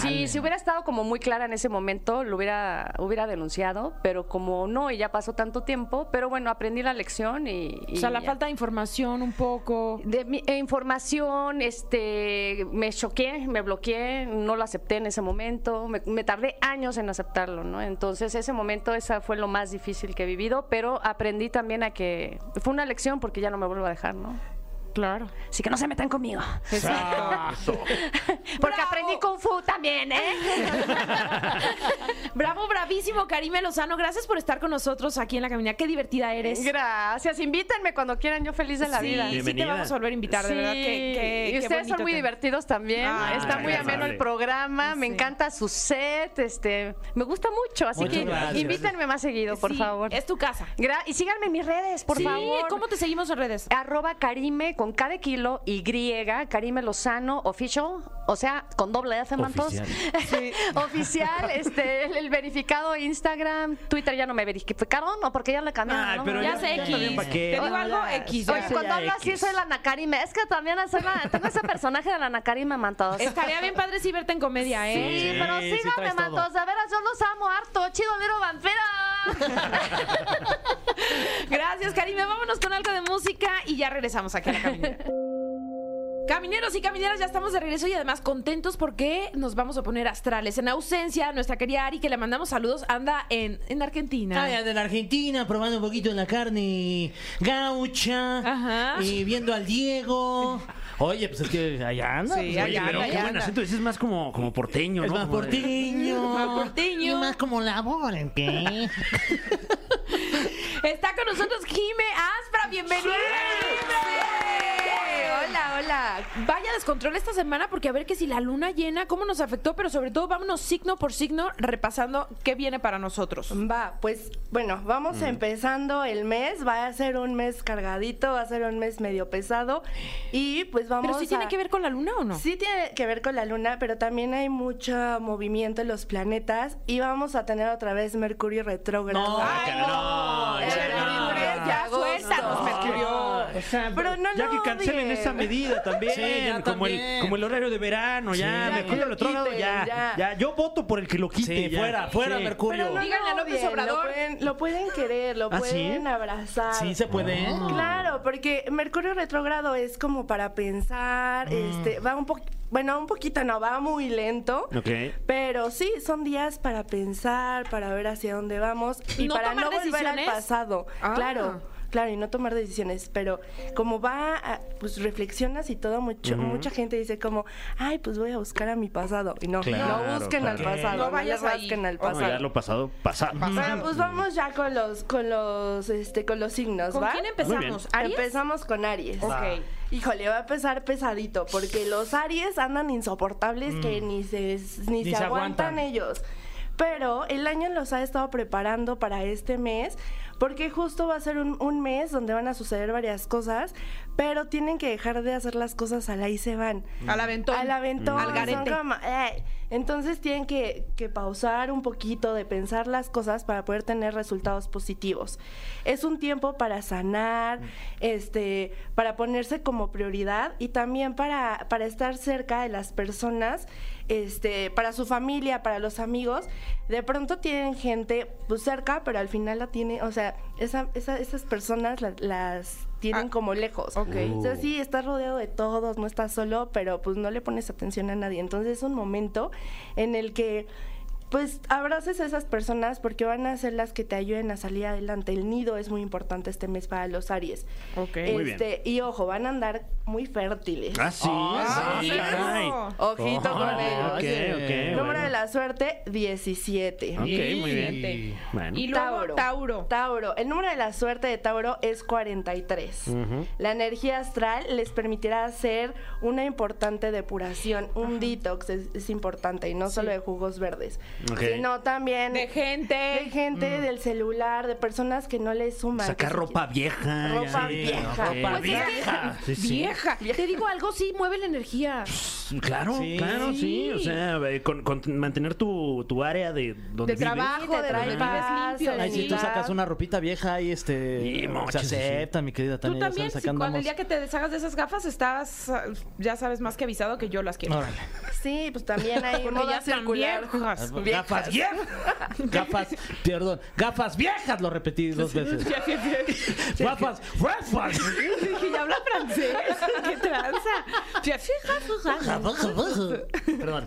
Speaker 5: sí, si hubiera estado como muy clara en ese momento, lo hubiera, hubiera denunciado, pero como no, y ya pasó tanto tiempo, pero bueno, aprendí la lección y... y
Speaker 2: O sea, la
Speaker 5: ya.
Speaker 2: falta de información un poco.
Speaker 5: De mi- e información, este, me choqué, me bloqueé, no lo acepté en ese momento, me, me tardé años en aceptarlo, ¿no? Entonces ese momento, esa fue lo más difícil que he vivido, pero aprendí también a que fue una lección porque ya no me vuelvo a dejar, ¿no?
Speaker 2: Claro.
Speaker 5: Así que no se metan conmigo,
Speaker 2: Exacto.
Speaker 5: porque
Speaker 2: ¡Bravo!
Speaker 5: aprendí kung fu también, ¿eh?
Speaker 2: Bravo, bravísimo, Karime Lozano. Gracias por estar con nosotros aquí en la caminera. Qué divertida eres.
Speaker 5: Gracias, invítenme cuando quieran, yo feliz de la
Speaker 2: sí,
Speaker 5: vida.
Speaker 2: Sí, te
Speaker 3: Bienvenida.
Speaker 2: vamos a volver a invitar, de verdad.
Speaker 5: Sí,
Speaker 2: Que, que-
Speaker 5: y
Speaker 2: qué
Speaker 5: ustedes son
Speaker 2: bonito
Speaker 5: muy
Speaker 2: tema.
Speaker 5: divertidos también.
Speaker 2: Ah,
Speaker 5: Está muy
Speaker 3: qué
Speaker 5: ameno
Speaker 3: amable.
Speaker 5: el programa. Me
Speaker 2: Sí.
Speaker 5: encanta su set. Este, me gusta mucho. Así
Speaker 4: Muchas
Speaker 5: que
Speaker 4: gracias.
Speaker 5: invítenme más seguido, por
Speaker 2: Sí,
Speaker 5: favor.
Speaker 2: Es tu casa.
Speaker 5: Gra- y síganme en mis redes, por
Speaker 2: Sí,
Speaker 5: favor.
Speaker 2: ¿Cómo te seguimos en redes?
Speaker 5: Arroba Karime con K de kilo Y, Karime Lozano, official, o sea, con doble F, mantos.
Speaker 3: Oficial.
Speaker 5: Oficial, este, el, el verificado Instagram, Twitter ya no me verificaron, no, porque ya le cambiaron.
Speaker 3: Ay,
Speaker 5: ¿no?
Speaker 3: pero
Speaker 2: Ya
Speaker 3: ya-
Speaker 2: sé
Speaker 3: ya
Speaker 2: X.
Speaker 3: también, ¿pa'
Speaker 2: Te
Speaker 3: qué?
Speaker 2: digo algo X. ya.
Speaker 5: Oye, cuando
Speaker 3: ya
Speaker 5: hablo así
Speaker 3: X.
Speaker 5: soy la Nakarime. Es que también soy la- tengo ese personaje de la Nakarime Mantos.
Speaker 2: Estaría bien padre si verte en comedia,
Speaker 5: Sí,
Speaker 2: ¿eh?
Speaker 5: pero
Speaker 4: sí
Speaker 5: síganme,
Speaker 4: traes todo.
Speaker 5: Mantos. De veras, yo los amo harto. Chido, miro vampiro.
Speaker 2: Gracias, Karime. Vámonos con algo de música y ya regresamos aquí a la caminera. Camineros y camineras, ya estamos de regreso y además contentos porque nos vamos a poner astrales. En ausencia, nuestra querida Ari, que le mandamos saludos, anda en, en Argentina.
Speaker 4: Ay, Ah, de la Argentina, probando un poquito la carne gaucha
Speaker 2: Ajá.
Speaker 4: y viendo al Diego. Oye, pues es que allá anda.
Speaker 2: Sí,
Speaker 4: pues,
Speaker 2: allá
Speaker 4: oye,
Speaker 3: Oye,
Speaker 2: anda,
Speaker 3: pero
Speaker 2: ya
Speaker 3: qué buen
Speaker 2: anda.
Speaker 3: acento. Ese es más como, como porteño, ¿no?
Speaker 4: Es más
Speaker 3: Como de-
Speaker 4: porteño.
Speaker 2: Más porteño.
Speaker 4: Y más como laborante.
Speaker 2: Está con nosotros Jime Aspra, bienvenida. Jime.
Speaker 5: hola, hola.
Speaker 2: Vaya descontrol esta semana porque a ver que si la luna llena, cómo nos afectó, pero sobre todo vámonos signo por signo repasando qué viene para nosotros.
Speaker 6: Va, pues bueno, vamos empezando el mes, va a ser un mes cargadito, va a ser un mes medio pesado y pues vamos
Speaker 2: Pero sí
Speaker 6: a-
Speaker 2: tiene que ver con la luna o no?
Speaker 6: Sí tiene que ver con la luna, pero también hay mucho movimiento en los planetas y vamos a tener otra vez Mercurio retrógrado.
Speaker 4: No,
Speaker 2: no,
Speaker 4: Ay,
Speaker 6: Mercurio
Speaker 2: ya,
Speaker 6: ya,
Speaker 2: suéltanos,
Speaker 6: suéltanos,
Speaker 2: Mercurio.
Speaker 3: O sea,
Speaker 6: Pero no
Speaker 7: ya
Speaker 6: lo
Speaker 7: que cancelen
Speaker 6: odien.
Speaker 7: esa medida también,
Speaker 4: Sí, ya
Speaker 7: como, El,
Speaker 4: también.
Speaker 7: como el horario de verano, ya,
Speaker 4: Sí. Ya
Speaker 7: Mercurio
Speaker 6: que lo
Speaker 7: retrógrado,
Speaker 6: quiten,
Speaker 7: ya,
Speaker 6: ya.
Speaker 7: ya, Yo voto por el que lo quite.
Speaker 4: Sí,
Speaker 7: ya.
Speaker 4: fuera, fuera,
Speaker 7: Sí.
Speaker 4: Mercurio.
Speaker 6: Pero no
Speaker 2: Díganle a
Speaker 6: lo
Speaker 2: López
Speaker 6: odien,
Speaker 2: Obrador.
Speaker 6: Lo pueden, lo pueden querer, lo
Speaker 7: ¿Ah, sí?
Speaker 6: pueden abrazar.
Speaker 4: Sí, se puede.
Speaker 6: Ah,
Speaker 4: Ah,
Speaker 6: Claro, porque Mercurio retrógrado es como para pensar,
Speaker 3: Mm.
Speaker 6: este, va un poco, bueno, un poquito no, va muy lento.
Speaker 3: Ok.
Speaker 6: Pero sí, son días para pensar, para ver hacia dónde vamos y
Speaker 2: ¿No
Speaker 6: para
Speaker 2: tomar
Speaker 6: no volver al
Speaker 2: decisiones?
Speaker 6: pasado.
Speaker 2: Ah.
Speaker 6: Claro, claro, y no tomar decisiones, pero como va, a- pues reflexionas y todo, mucho, mucha gente dice como, ay, pues voy a buscar a mi pasado. Y no, no
Speaker 3: Claro,
Speaker 6: busquen al
Speaker 3: claro.
Speaker 6: pasado,
Speaker 2: No
Speaker 6: no, le
Speaker 2: vayas ahí.
Speaker 6: rasquen al
Speaker 3: Bueno, ya
Speaker 6: pasado.
Speaker 3: lo pasado, pasado.
Speaker 6: Bueno, pues vamos ya con los, con los, este, con los signos,
Speaker 2: ¿Con
Speaker 6: ¿va?
Speaker 2: quién
Speaker 3: Muy bien.
Speaker 2: empezamos? ¿Aries?
Speaker 6: Empezamos con Aries.
Speaker 2: Ok.
Speaker 6: Híjole, va a empezar pesadito, porque los Aries andan insoportables que ni se, ni
Speaker 4: Ni
Speaker 6: se
Speaker 4: se
Speaker 6: aguantan
Speaker 4: aguantan.
Speaker 6: ellos. Pero el año los ha estado preparando para este mes, porque justo va a ser un, un mes donde van a suceder varias cosas, pero tienen que dejar de hacer las cosas al ahí se van.
Speaker 2: Al aventón.
Speaker 6: Al aventón.
Speaker 2: Al
Speaker 6: son
Speaker 2: garete.
Speaker 6: como, "Ey". Entonces tienen que, que pausar un poquito de pensar las cosas para poder tener resultados positivos. Es un tiempo para sanar, este, para ponerse como prioridad y también para, para estar cerca de las personas, este, para su familia, para los amigos. De pronto tienen gente pues, cerca, pero al final la tiene, o sea, esa, esa- esas personas la- las tienen
Speaker 2: Ah,
Speaker 6: como lejos.
Speaker 2: ok.
Speaker 6: O sea, sí, estás rodeado de todos, no estás solo, pero pues no le pones atención a nadie. Entonces es un momento en el que pues abraces a esas personas porque van a ser las que te ayuden a salir adelante. El nido es muy importante este mes para los Aries.
Speaker 2: Ok.
Speaker 3: Muy bien.
Speaker 6: Este, y ojo, van a andar muy fértiles.
Speaker 3: Ah, sí.
Speaker 4: Ah,
Speaker 2: sí,
Speaker 3: caray.
Speaker 2: claro.
Speaker 6: Ojito con ellos.
Speaker 3: Mm. ok, Ah. ok.
Speaker 6: Número
Speaker 3: bueno.
Speaker 6: de la suerte, 17.
Speaker 3: Ok, muy bien.
Speaker 2: Fíjate.
Speaker 3: Bueno.
Speaker 2: Y luego Tauro.
Speaker 6: Tauro. El número de la suerte de Tauro es 43. La energía astral les permitirá hacer una importante depuración. Un detox es, es importante y no solo de jugos verdes,
Speaker 3: Ok. Mm.
Speaker 6: sino también
Speaker 2: De gente.
Speaker 6: de gente, del celular, de personas que no les suman. que
Speaker 3: Sacar
Speaker 6: se
Speaker 3: ropa vieja. ya.
Speaker 6: Ropa vieja.
Speaker 3: Ropa
Speaker 2: Pues es que-
Speaker 3: vieja. Sí, sí.
Speaker 2: Vieja. Te digo algo, sí, mueve la energía.
Speaker 3: Claro,
Speaker 4: Sí.
Speaker 3: claro, sí. O sea, eh, con, con mantener tu, tu área de donde
Speaker 2: De
Speaker 3: vives.
Speaker 2: trabajo, de
Speaker 6: Te trae
Speaker 2: donde
Speaker 6: paz,
Speaker 2: vives limpio.
Speaker 4: Ay, si tú
Speaker 6: Serenidad.
Speaker 4: sacas una ropita vieja ahí, este.
Speaker 3: Y
Speaker 4: se
Speaker 3: moches,
Speaker 4: acepta, mi querida
Speaker 2: Tú
Speaker 4: Tania. ya
Speaker 2: también,
Speaker 4: sabes,
Speaker 2: si
Speaker 4: acá
Speaker 2: cuando el
Speaker 4: andamos.
Speaker 2: día que te deshagas de esas gafas estabas, ah, ya sabes más que avisado que yo las quiero.
Speaker 4: Órale.
Speaker 6: Sí, pues también hay
Speaker 2: Porque
Speaker 6: moda
Speaker 2: ya
Speaker 6: circular.
Speaker 2: circular. viejas.
Speaker 4: Gafas Ah, viejas. Gafas, perdón. Gafas viejas, lo repetí dos veces.
Speaker 2: Ya, ya, ya.
Speaker 4: Gafas,
Speaker 3: pues,
Speaker 4: gafas.
Speaker 2: Dije, ya habla francés. ¿Qué tranza? Ya, fija, fija.
Speaker 4: Perdón.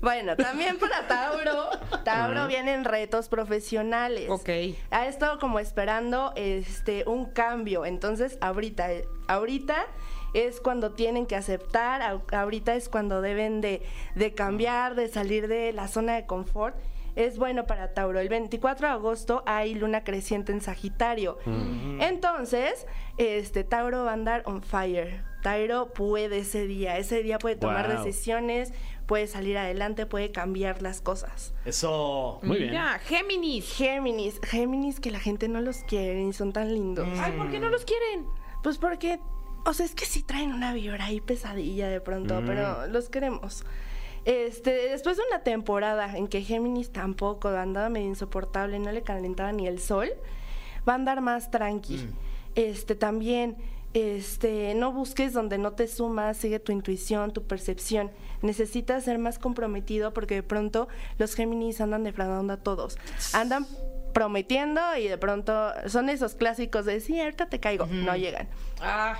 Speaker 6: Bueno, también para Tauro, Tauro vienen retos profesionales.
Speaker 2: Ok.
Speaker 6: Ha estado como esperando este un cambio, entonces ahorita ahorita es cuando tienen que aceptar, au- ahorita es cuando deben de, de cambiar, de salir de la zona de confort. Es bueno para Tauro. El 24 de agosto hay luna creciente en Sagitario. Entonces, este Tauro va a andar on fire. Tauro puede ese día, ese día puede tomar
Speaker 3: Guau.
Speaker 6: decisiones, puede salir adelante, puede cambiar las cosas.
Speaker 4: Eso.
Speaker 3: Muy bien.
Speaker 2: Ya, Géminis.
Speaker 6: Géminis, Géminis que la gente no los quiere y son tan lindos.
Speaker 2: Ay, ¿por qué no los quieren?
Speaker 6: Pues porque, o sea, es que sí traen una vibra ahí pesadilla de pronto, pero los queremos. Este, después de una temporada en que Géminis tampoco andaba medio insoportable, no le calentaba ni el sol, va a andar más tranqui. Este, también, este, no busques donde no te sumas, sigue tu intuición, tu percepción. Necesitas ser más comprometido porque de pronto los Géminis andan defraudando a todos. Andan prometiendo y de pronto son esos clásicos de sí, ahorita te caigo, no llegan.
Speaker 2: Ah,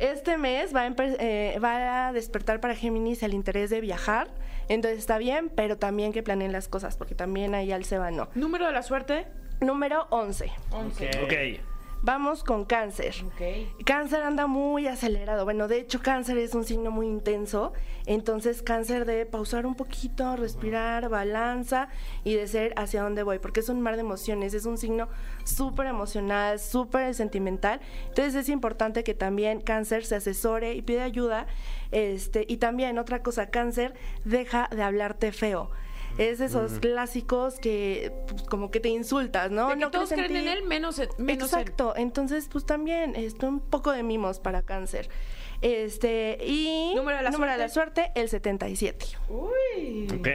Speaker 6: Este mes va a, empe- eh, va a despertar para Géminis el interés de viajar, entonces está bien, pero también que planeen las cosas, porque también ahí al se va no.
Speaker 2: número de la suerte.
Speaker 6: Número 11.
Speaker 3: Ok.
Speaker 6: Vamos con cáncer.
Speaker 2: Ok.
Speaker 6: Cáncer anda muy acelerado. Bueno, de hecho cáncer es un signo muy intenso, entonces cáncer debe pausar un poquito, respirar, balanza y de ser hacia dónde voy, porque es un mar de emociones, es un signo súper emocional, súper sentimental, entonces es importante que también cáncer se asesore y pide ayuda. Este, y también otra cosa, cáncer deja de hablarte feo. Es de esos clásicos que pues, como que te insultas, ¿no?
Speaker 2: De que
Speaker 6: no
Speaker 2: todos
Speaker 6: crees en
Speaker 2: creen en
Speaker 6: ti.
Speaker 2: él, menos en- menos en-
Speaker 6: Exacto. Entonces, pues también esto un poco de mimos para cáncer. Este, y
Speaker 2: Número de la
Speaker 6: suerte, el 77.
Speaker 2: Uy.
Speaker 3: Ok.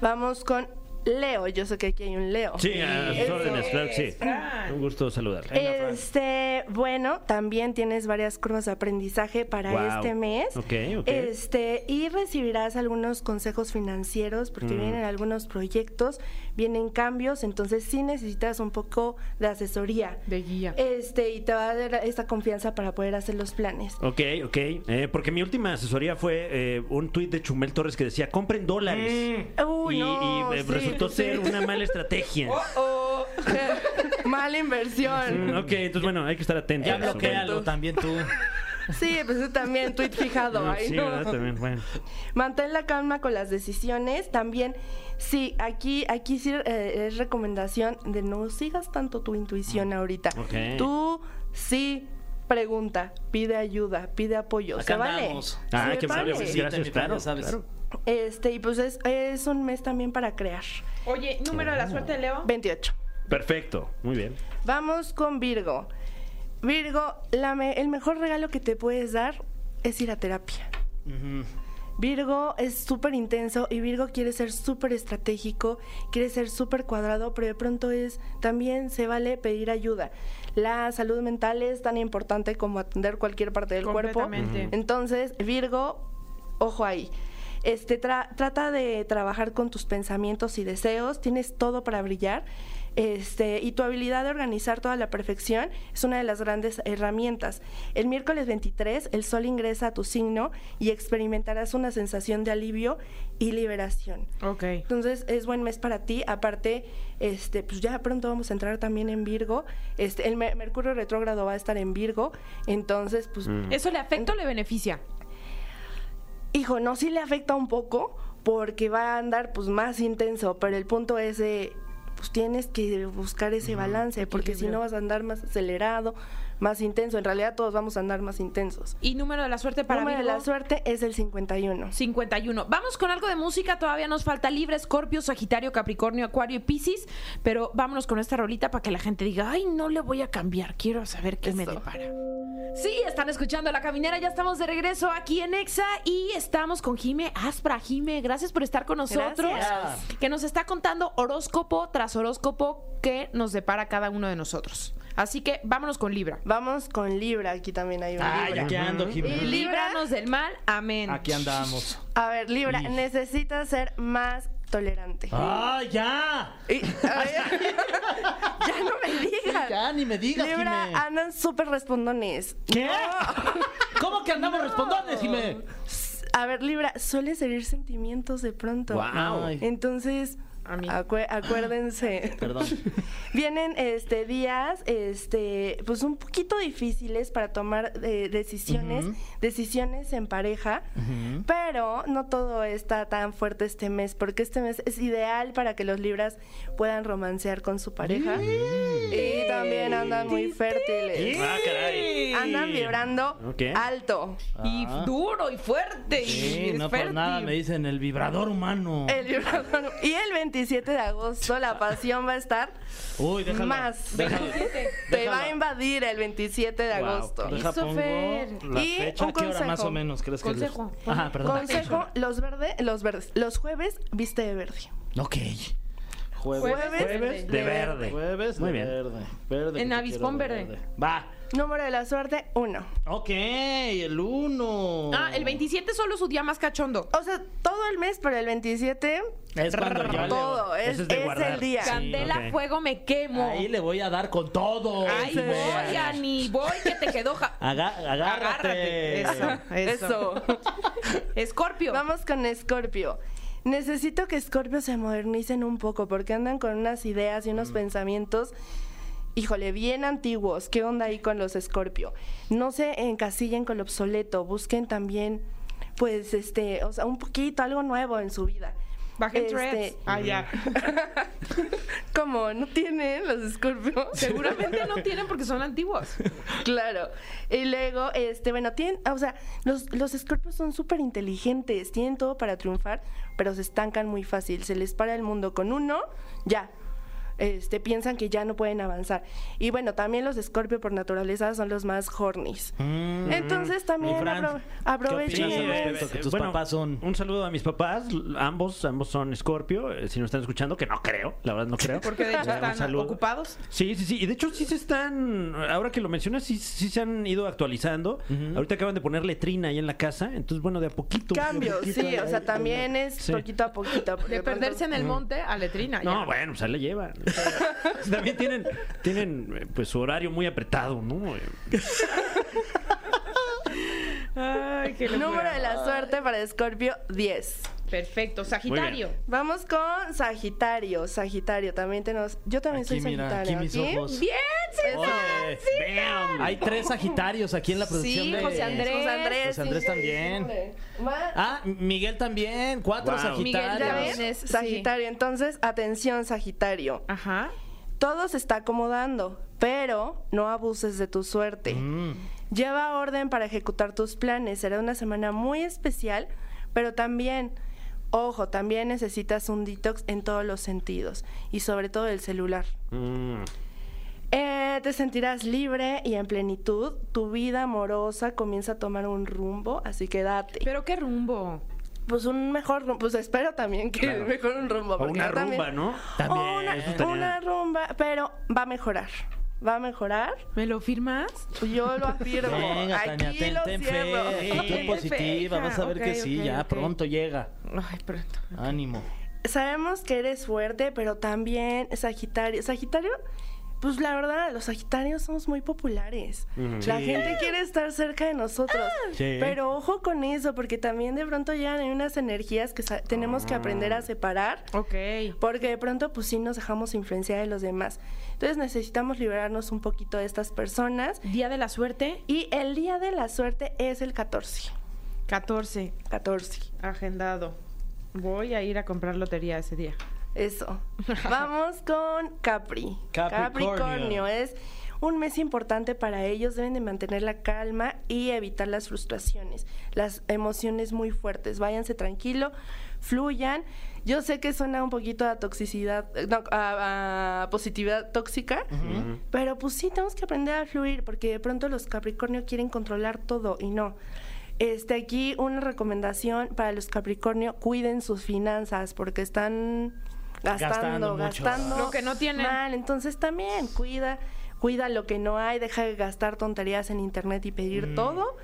Speaker 6: Vamos con Leo, yo sé que aquí hay un Leo.
Speaker 3: Sí, a sus
Speaker 6: Eso
Speaker 3: órdenes, claro que sí.
Speaker 2: es, Fran.
Speaker 3: Un gusto saludarle.
Speaker 6: Este, bueno, también tienes varias curvas de aprendizaje para
Speaker 3: Guau.
Speaker 6: este mes.
Speaker 3: Ok, ok.
Speaker 6: Este, y recibirás algunos consejos financieros porque
Speaker 3: Mm.
Speaker 6: vienen algunos proyectos, vienen cambios, entonces sí necesitas un poco de asesoría.
Speaker 2: De guía.
Speaker 6: Este, y te va a dar esta confianza para poder hacer los planes.
Speaker 3: Ok, ok. Eh, porque mi última asesoría fue eh, un tuit de Chumel Torres que decía, compren dólares.
Speaker 6: Mm. Uy,
Speaker 3: y
Speaker 6: no,
Speaker 3: y, eh,
Speaker 6: sí,
Speaker 3: resultó
Speaker 6: sí.
Speaker 3: ser una mala estrategia.
Speaker 6: Oh, mala inversión.
Speaker 3: Mm, ok, entonces bueno, hay que estar atentos.
Speaker 4: Ya
Speaker 3: a eso,
Speaker 4: bloquealo también tú.
Speaker 6: Sí, pues eso también, tweet fijado.
Speaker 3: bueno.
Speaker 6: ay,
Speaker 3: Sí,
Speaker 6: no.
Speaker 3: ¿verdad? También, bueno.
Speaker 6: Mantén la calma con las decisiones. También, sí, aquí, aquí sí eh, es recomendación de no sigas tanto tu intuición ahorita.
Speaker 3: Mm, Ok.
Speaker 6: Tú sí pregunta, pide ayuda, pide apoyo.
Speaker 4: Acá
Speaker 6: ¿Se vale?
Speaker 4: andamos.
Speaker 3: Ah,
Speaker 6: Se
Speaker 3: qué
Speaker 6: vale.
Speaker 3: amable, pues, gracias,
Speaker 4: Sí,
Speaker 3: claro,
Speaker 4: ya sabes.
Speaker 3: claro.
Speaker 6: Este, y pues es, es un mes también para crear.
Speaker 2: Oye, número de la suerte, Leo.
Speaker 6: 28.
Speaker 3: Perfecto, muy bien.
Speaker 6: Vamos con Virgo. Virgo, la me- el mejor regalo que te puedes dar es ir a terapia. Virgo es súper intenso y Virgo quiere ser súper estratégico, quiere ser súper cuadrado, pero de pronto es también se vale pedir ayuda. La salud mental es tan importante como atender cualquier parte del cuerpo.
Speaker 2: Completamente. Ujú.
Speaker 6: Entonces, Virgo, ojo ahí. Este tra- trata de trabajar con tus pensamientos y deseos, tienes todo para brillar. Este, y tu habilidad de organizar toda la perfección es una de las grandes herramientas. El miércoles 23 el sol ingresa a tu signo y experimentarás una sensación de alivio y liberación.
Speaker 2: Ok.
Speaker 6: Entonces es buen mes para ti. Aparte, este, pues ya pronto vamos a entrar también en Virgo. Este, el mer- Mercurio retrógrado va a estar en Virgo. Entonces, pues,
Speaker 2: ¿Eso le afecta o le beneficia?
Speaker 6: hijo, no sí le afecta un poco porque va a andar pues más intenso. Pero el punto es de, pues tienes que buscar ese balance porque si no vas a andar más acelerado, más intenso. En realidad todos vamos a andar más intensos.
Speaker 2: ¿Y número de la suerte para
Speaker 6: Número de
Speaker 2: Virgo?
Speaker 6: la suerte es el 51.
Speaker 2: 51. Vamos con algo de música, todavía nos falta Libre, Escorpio, Sagitario, Capricornio, Acuario y Piscis, pero vámonos con esta rolita para que la gente diga, ay, no le voy a cambiar, quiero saber qué me
Speaker 6: Eso.
Speaker 2: depara. Sí, están escuchando La Caminera, ya estamos de regreso aquí en EXA y estamos con Jime Aspra. Jime, gracias por estar con nosotros,
Speaker 6: Gracias.
Speaker 2: que nos está contando horóscopo tras horóscopo que nos depara cada uno de nosotros. Así que vámonos con Libra.
Speaker 6: Vamos con Libra, aquí también hay un
Speaker 4: Ay,
Speaker 6: Libra.
Speaker 4: aquí ando,
Speaker 6: Y
Speaker 4: Jimena.
Speaker 6: Libra.
Speaker 2: Líbranos del mal, amén.
Speaker 4: Aquí andamos.
Speaker 6: A ver, Libra,
Speaker 4: Y-
Speaker 6: necesitas ser más tolerante.
Speaker 4: ¡Ah, ya!
Speaker 6: Y- ay, ya no me digas.
Speaker 4: Ya, ni me digas,
Speaker 6: Libra,
Speaker 4: Jimé.
Speaker 6: andan súper respondones.
Speaker 4: ¿Qué? ¿Cómo que andamos respondones, Jimé?
Speaker 6: A ver, Libra, sueles herir sentimientos de pronto.
Speaker 3: Wow.
Speaker 4: Ay.
Speaker 6: Entonces,
Speaker 2: A mí.
Speaker 6: acué- acuérdense.
Speaker 4: Perdón.
Speaker 6: Vienen este días este pues un poquito difíciles para tomar eh, decisiones, decisiones en pareja, pero no todo está tan fuerte este mes porque este mes es ideal para que los libras puedan romancear con su pareja y también andan muy fértiles.
Speaker 3: Ah, caray.
Speaker 6: Eh, Andan vibrando
Speaker 3: Ok.
Speaker 6: alto.
Speaker 2: Y
Speaker 4: Ah.
Speaker 2: duro y fuerte.
Speaker 4: Sí,
Speaker 2: y
Speaker 4: no
Speaker 2: fértil.
Speaker 4: por nada me dicen el vibrador humano.
Speaker 6: El vibrador. Y el 27 de agosto la pasión va a estar
Speaker 4: Uy, déjalo.
Speaker 6: más.
Speaker 4: Déjalo.
Speaker 6: Te va a
Speaker 4: Déjala.
Speaker 6: invadir el 27 de
Speaker 4: Wow,
Speaker 6: agosto.
Speaker 4: pues deja
Speaker 2: Eso,
Speaker 4: pongo
Speaker 2: Fer.
Speaker 4: la
Speaker 6: Y
Speaker 4: fecha.
Speaker 6: un
Speaker 4: ¿Qué hora más
Speaker 6: consejo.
Speaker 4: o menos crees que es?
Speaker 2: Consejo.
Speaker 4: Ajá, perdón.
Speaker 6: Consejo, los verdes, los verdes, los jueves viste de verde.
Speaker 4: Ok. Jueves.
Speaker 6: Jueves
Speaker 3: De verde.
Speaker 4: Jueves
Speaker 3: Muy
Speaker 4: de
Speaker 3: bien.
Speaker 4: verde. Verde.
Speaker 2: En
Speaker 4: que te
Speaker 2: avispón
Speaker 4: quiero
Speaker 2: verde.
Speaker 4: Va.
Speaker 6: Número de la suerte, uno.
Speaker 4: Ok, el 1.
Speaker 2: Ah, el 27 solo su día más cachondo.
Speaker 6: O sea, todo el mes, pero el 27,
Speaker 4: Es cuando yo le-
Speaker 6: todo. Es,
Speaker 3: Eso es de
Speaker 6: es
Speaker 3: guardar.
Speaker 6: el día.
Speaker 2: Candela,
Speaker 3: ok.
Speaker 2: fuego, me quemo.
Speaker 4: Ahí le voy a dar con todo.
Speaker 2: Ay,
Speaker 4: Jimé.
Speaker 2: voy, Ani, voy, que te quedó. ja-
Speaker 4: Aga- agárrate.
Speaker 2: Agárrate. Eso,
Speaker 6: Eso.
Speaker 2: Escorpio.
Speaker 6: Vamos con Escorpio. Necesito que Escorpio se modernicen un poco porque andan con unas ideas y
Speaker 2: Mm.
Speaker 6: unos pensamientos, híjole, bien antiguos. ¿Qué onda ahí con los Escorpio? No se encasillen con lo obsoleto, busquen también, pues, este, o sea, un poquito, algo nuevo en su vida.
Speaker 2: Bajen
Speaker 6: Este,
Speaker 2: threads. Ah, ya.
Speaker 6: ¿Cómo? ¿No tienen los Escorpio?
Speaker 2: Seguramente no tienen porque son antiguos.
Speaker 6: Claro. Y luego, este, bueno, tienen, o sea, los, los escorpios son súper inteligentes, tienen todo para triunfar, pero se estancan muy fácil. Se les para el mundo con uno, ya. este, piensan que ya no pueden avanzar. Y bueno, también los Scorpio por naturaleza son los más hornies.
Speaker 4: Mm.
Speaker 6: Entonces también
Speaker 4: Mi Fran,
Speaker 6: apro-
Speaker 4: ¿qué
Speaker 6: aprovechen.
Speaker 4: opinas al
Speaker 6: el-
Speaker 4: respecto? Que tus
Speaker 3: eh, Bueno,
Speaker 4: papás son...
Speaker 3: Un saludo a mis papás, l- ambos, ambos son Scorpio, eh, si nos están escuchando, que no creo, la verdad no creo.
Speaker 2: Porque de hecho
Speaker 3: Un
Speaker 2: están
Speaker 3: saludo.
Speaker 2: ocupados.
Speaker 3: Sí, sí, sí. Y de hecho sí se están, ahora que lo mencionas, sí, sí se han ido actualizando. Ahorita acaban de poner letrina ahí en la casa, entonces bueno, de a poquito. de a
Speaker 6: Cambio,
Speaker 3: poquito,
Speaker 6: sí,
Speaker 3: ahí,
Speaker 6: o
Speaker 3: ahí,
Speaker 6: sea, también es
Speaker 3: Sí.
Speaker 6: poquito a poquito. porque
Speaker 2: De perderse en el monte a letrina.
Speaker 3: No,
Speaker 2: ya.
Speaker 3: bueno, pues ahí le llevan. También tienen, tienen eh, pues su horario muy apretado, ¿no? Eh,
Speaker 2: Ay, qué locura.
Speaker 6: Número de la suerte para Scorpio, 10.
Speaker 2: Perfecto. Sagitario.
Speaker 6: Vamos con Sagitario. Sagitario, también tenemos. Yo también
Speaker 4: Aquí,
Speaker 6: soy
Speaker 4: mira,
Speaker 6: Sagitario.
Speaker 4: aquí mis ojos.
Speaker 2: Bien, sí.
Speaker 6: Eso.
Speaker 4: Oye,
Speaker 3: eh, vean.
Speaker 4: Hay tres Sagitarios aquí en la producción
Speaker 2: Sí,
Speaker 4: de...
Speaker 2: José Andrés.
Speaker 6: José Andrés.
Speaker 4: José Andrés
Speaker 6: sí,
Speaker 4: también.
Speaker 6: hombre. Ma-
Speaker 4: Ah, Miguel también, cuatro
Speaker 3: Wow.
Speaker 2: Miguel
Speaker 4: Sagitarios.
Speaker 2: también es- sí.
Speaker 6: Sagitario, entonces, atención, Sagitario.
Speaker 2: Ajá.
Speaker 6: Todo se está acomodando, pero no abuses de tu suerte.
Speaker 4: Mm.
Speaker 6: Lleva orden para ejecutar tus planes. Será una semana muy especial, pero también, ojo, también necesitas un detox en todos los sentidos y sobre todo el celular.
Speaker 3: Mm.
Speaker 6: Eh, te sentirás libre y en plenitud. Tu vida amorosa comienza a tomar un rumbo, así que date.
Speaker 2: Pero qué rumbo.
Speaker 6: Pues un mejor rumbo, pues espero también que
Speaker 3: Claro.
Speaker 6: mejor un rumbo.
Speaker 3: O
Speaker 6: porque
Speaker 3: una
Speaker 6: yo también-
Speaker 3: rumba, ¿no?
Speaker 4: También,
Speaker 6: O una,
Speaker 4: eso
Speaker 3: estaría-
Speaker 6: una rumba, pero va a mejorar. Va a mejorar.
Speaker 2: ¿Me lo firmas?
Speaker 6: Yo lo afirmo.
Speaker 4: Venga,
Speaker 6: Aquí
Speaker 4: Tania, ten,
Speaker 6: lo
Speaker 4: ten
Speaker 6: cierro.
Speaker 4: fe,
Speaker 2: Ok,
Speaker 4: ten positiva,
Speaker 2: perfecta.
Speaker 4: vas a ver que
Speaker 2: Ok,
Speaker 4: sí,
Speaker 2: ok,
Speaker 4: ya
Speaker 2: ok.
Speaker 4: pronto llega.
Speaker 2: Ay, pronto.
Speaker 4: Ánimo.
Speaker 6: Sabemos que eres fuerte, pero también Sagitario. Sagitario, pues la verdad, los Sagitarios somos muy populares. La
Speaker 4: Sí. Ah.
Speaker 6: gente quiere estar cerca de nosotros.
Speaker 4: Sí.
Speaker 6: Pero ojo con eso, porque también de pronto llegan en unas energías que sa- tenemos que aprender a separar.
Speaker 2: Ok.
Speaker 6: Porque de pronto, pues sí, nos dejamos influenciar de los demás. Entonces necesitamos liberarnos un poquito de estas personas.
Speaker 2: Día de la suerte,
Speaker 6: Y el día de la suerte es el 14.
Speaker 2: 14.
Speaker 6: 14.
Speaker 2: Agendado. Voy a ir a comprar lotería ese día.
Speaker 6: Eso. Vamos con Capri.
Speaker 4: Capricornio.
Speaker 6: Capricornio es un mes importante para ellos. Deben de mantener la calma y evitar las frustraciones, las emociones muy fuertes. Váyanse tranquilo, fluyan. Yo sé que suena un poquito a toxicidad, eh, no, a, a positividad tóxica, pero pues sí, tenemos que aprender a fluir porque de pronto los Capricornio quieren controlar todo y no. Este, aquí una recomendación para los Capricornio, cuiden sus finanzas porque están
Speaker 4: Gastando
Speaker 6: gastando, gastando,
Speaker 4: mucho.
Speaker 2: Lo que no tienen.
Speaker 6: mal. Entonces también cuida, cuida lo que no hay, deja de gastar tonterías en internet y pedir todo.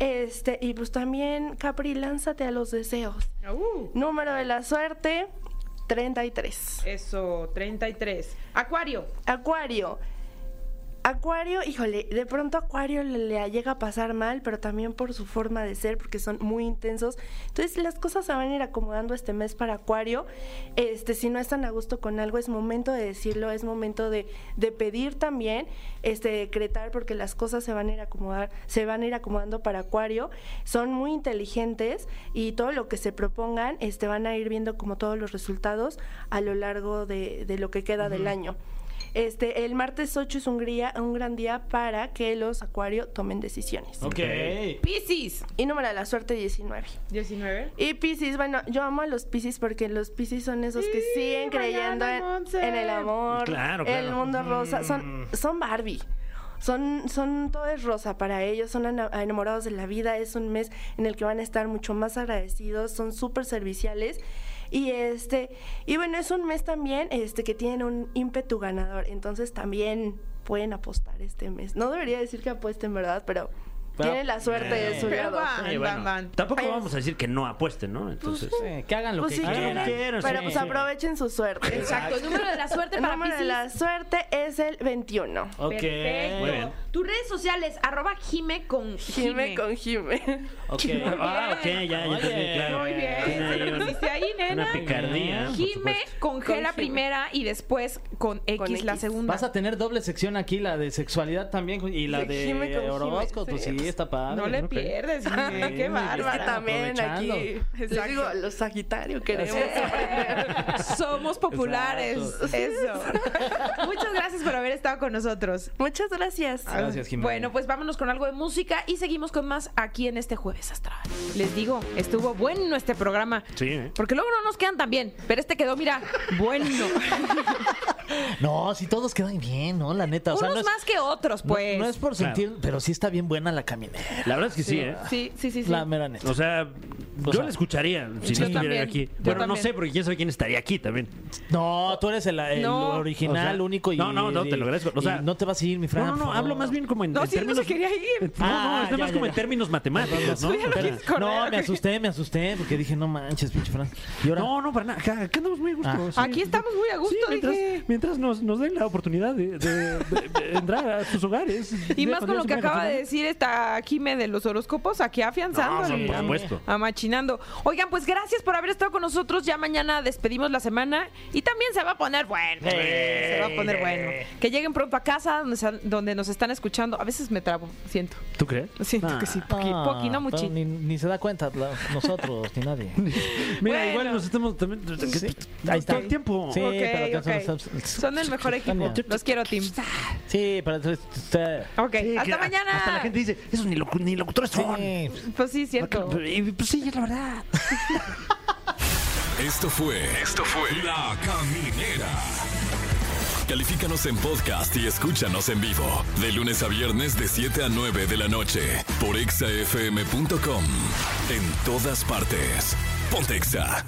Speaker 6: Este, y pues también, Capri, lánzate a los deseos.
Speaker 2: Uh,
Speaker 6: Número de la suerte, 33.
Speaker 2: eso, 33. Acuario.
Speaker 6: Acuario. Acuario, híjole, de pronto Acuario le, le llega a pasar mal, pero también por su forma de ser, porque son muy intensos. Entonces las cosas se van a ir acomodando este mes para Acuario. Este, si no están a gusto con algo, es momento de decirlo, es momento de, de pedir también, este, decretar, porque las cosas se van a ir a acomodar, se van a ir acomodando para Acuario. Son muy inteligentes y todo lo que se propongan, este, van a ir viendo como todos los resultados a lo largo de, de lo que queda del año. Este, el martes 8 es un, gría- un gran día para que los Acuario tomen decisiones.
Speaker 4: Ok.
Speaker 2: Piscis.
Speaker 6: Y número de la suerte 19.
Speaker 2: 19.
Speaker 6: Y Piscis, bueno, yo amo a los Piscis porque los Piscis son esos que
Speaker 2: Sí,
Speaker 6: siguen creyendo en,
Speaker 2: Mariana Montse.
Speaker 6: en el amor,
Speaker 3: Claro,
Speaker 6: el
Speaker 3: claro. Mm.
Speaker 6: mundo rosa, son, son Barbie. Son, son todo es rosa para ellos, son ena- enamorados de la vida, es un mes en el que van a estar mucho más agradecidos, son súper serviciales y este y bueno, es un mes también este que tienen un ímpetu ganador, entonces también pueden apostar este mes. No debería decir que apuesten, ¿verdad? Pero,
Speaker 4: Pero-
Speaker 6: tienen la suerte de su
Speaker 2: Pero
Speaker 6: lado.
Speaker 2: van,
Speaker 3: Sí, bueno,
Speaker 2: van, van.
Speaker 3: Tampoco vamos a decir que no apuesten, ¿no? Entonces,
Speaker 4: Sí, que hagan lo
Speaker 6: Pues
Speaker 4: que
Speaker 6: si
Speaker 4: quieran.
Speaker 6: quieren, pero
Speaker 4: Sí,
Speaker 6: pues
Speaker 4: sí.
Speaker 6: aprovechen su suerte.
Speaker 2: Exacto. Número de la suerte
Speaker 6: El
Speaker 2: para
Speaker 6: número de
Speaker 2: Piscis.
Speaker 6: la suerte es el 21.
Speaker 4: Ok.
Speaker 2: Perfecto.
Speaker 3: Muy bien.
Speaker 2: Tus redes sociales, arroba Jime con
Speaker 6: Jime
Speaker 2: Jime.
Speaker 6: con Jime.
Speaker 4: Ok.
Speaker 3: Ah, ok, ya, ya entendí,
Speaker 4: Oye.
Speaker 3: claro.
Speaker 2: Muy bien.
Speaker 3: Tiene ahí
Speaker 2: Lo
Speaker 3: un-
Speaker 2: hiciste ahí, nena.
Speaker 3: una picardía. por
Speaker 2: Jime
Speaker 3: supuesto.
Speaker 2: con G
Speaker 6: Con
Speaker 2: la
Speaker 6: Jime.
Speaker 2: primera y después con X,
Speaker 6: Con
Speaker 2: la
Speaker 6: X.
Speaker 2: segunda.
Speaker 4: Vas a tener doble sección aquí, la de sexualidad también y la
Speaker 6: Sí, Jime
Speaker 4: de
Speaker 6: con Jime,
Speaker 4: horóscopos. Pues
Speaker 6: sí.
Speaker 4: sí, está padre.
Speaker 2: No le
Speaker 4: Ok.
Speaker 2: pierdes, Jime.
Speaker 4: Sí,
Speaker 2: Qué
Speaker 4: muy bien.
Speaker 6: Es que
Speaker 2: bárbara.
Speaker 6: también
Speaker 4: aprovechando.
Speaker 6: aquí, les digo, los Sagitario queremos aprender.
Speaker 2: Somos populares. Eso. Muchas gracias por haber estado con nosotros.
Speaker 6: Muchas gracias.
Speaker 4: Gracias, Jimena.
Speaker 2: Bueno, pues vámonos con algo de música y seguimos con más aquí en este jueves astral. Les digo, estuvo bueno este programa.
Speaker 3: Sí, ¿eh?
Speaker 2: Porque luego no nos quedan tan bien, pero este quedó, mira, bueno.
Speaker 4: No, si todos quedan bien, ¿no? La neta. O sea,
Speaker 2: Unos
Speaker 4: no es,
Speaker 2: más que otros,
Speaker 4: no-
Speaker 2: pues.
Speaker 4: no, es por
Speaker 3: Claro.
Speaker 4: sentir, pero sí está bien buena la caminera.
Speaker 3: La verdad es que sí, ¿eh?
Speaker 2: Sí, sí, sí, sí.
Speaker 4: La mera neta.
Speaker 3: O sea,
Speaker 4: O
Speaker 3: yo
Speaker 4: sea,
Speaker 3: la escucharía si
Speaker 2: yo
Speaker 3: no estuviera
Speaker 2: también,
Speaker 3: aquí.
Speaker 2: yo
Speaker 3: Bueno, no
Speaker 2: también.
Speaker 3: sé, porque quién sabe quién estaría aquí también.
Speaker 4: No, tú eres el, el
Speaker 2: No.
Speaker 4: original,
Speaker 3: O sea,
Speaker 4: único y.
Speaker 3: no, no, no, te lo agradezco. O
Speaker 4: y
Speaker 3: sea,
Speaker 4: no te vas a ir, mi Fran.
Speaker 3: no, no,
Speaker 4: por
Speaker 3: no,
Speaker 4: favor.
Speaker 3: hablo más bien como en,
Speaker 2: No,
Speaker 3: en Eh,
Speaker 2: si él no se quería ir.
Speaker 3: No, no,
Speaker 4: Ah,
Speaker 3: es nada
Speaker 4: ya,
Speaker 3: más
Speaker 4: ya,
Speaker 3: como en
Speaker 4: ya.
Speaker 3: términos matemáticos, ¿no?
Speaker 2: Ya lo
Speaker 3: O sea,
Speaker 2: quieres correr,
Speaker 4: No,
Speaker 2: ¿o
Speaker 4: me
Speaker 2: qué?
Speaker 4: asusté, me asusté, porque dije, no manches, pinche Fran. Y ahora.
Speaker 3: No, no, para nada. Acá, acá andamos muy a gusto.
Speaker 4: Ah.
Speaker 3: sí.
Speaker 2: Aquí estamos muy a gusto,
Speaker 3: Sí, mientras,
Speaker 2: dije.
Speaker 3: mientras nos, nos den la oportunidad de, de- de- de entrar a sus hogares.
Speaker 2: Y
Speaker 3: Ya,
Speaker 2: más con
Speaker 3: ya
Speaker 2: lo
Speaker 3: se
Speaker 2: que
Speaker 3: pueden
Speaker 2: acaba de
Speaker 3: imaginar.
Speaker 2: decir esta Jime de los horóscopos, aquí afianzando.
Speaker 3: No, sí,
Speaker 2: al-
Speaker 3: Ah, por
Speaker 2: am-
Speaker 3: supuesto.
Speaker 2: Amachinando. Oigan, pues gracias por haber estado con nosotros. Ya mañana despedimos la semana y también se va a poner bueno. Se va a poner bueno. Que lleguen pronto a casa donde, se- donde nos están escuchando. A veces me trabo, siento.
Speaker 3: ¿Tú crees?
Speaker 2: Siento que sí, poqui,
Speaker 4: Ah,
Speaker 2: poqui, no
Speaker 4: pero
Speaker 2: muchi.
Speaker 4: Ni, ni se da cuenta la- nosotros, ni nadie.
Speaker 3: Mira,
Speaker 2: Bueno.
Speaker 3: igual nos estamos también.
Speaker 4: Sí,
Speaker 3: Ahí está. Todo el tiempo.
Speaker 4: Sí,
Speaker 2: Ok,
Speaker 4: pero
Speaker 2: ok.
Speaker 4: son los-
Speaker 2: Son el mejor equipo.
Speaker 4: Tania.
Speaker 2: Los quiero, team.
Speaker 4: Sí, pero usted.
Speaker 2: Ok,
Speaker 3: Sí, que
Speaker 2: hasta
Speaker 3: a-
Speaker 2: mañana.
Speaker 3: Hasta la gente dice, esos ni, locu- ni locutores son.
Speaker 4: Sí.
Speaker 2: Pues sí, cierto.
Speaker 3: Y, Pues sí, es la verdad.
Speaker 1: Esto fue. Esto fue. La Caminera. Califícanos en podcast y escúchanos en vivo. De lunes a viernes, de 7 a 9 de la noche. Por exafm.com. En todas partes. Pontexa.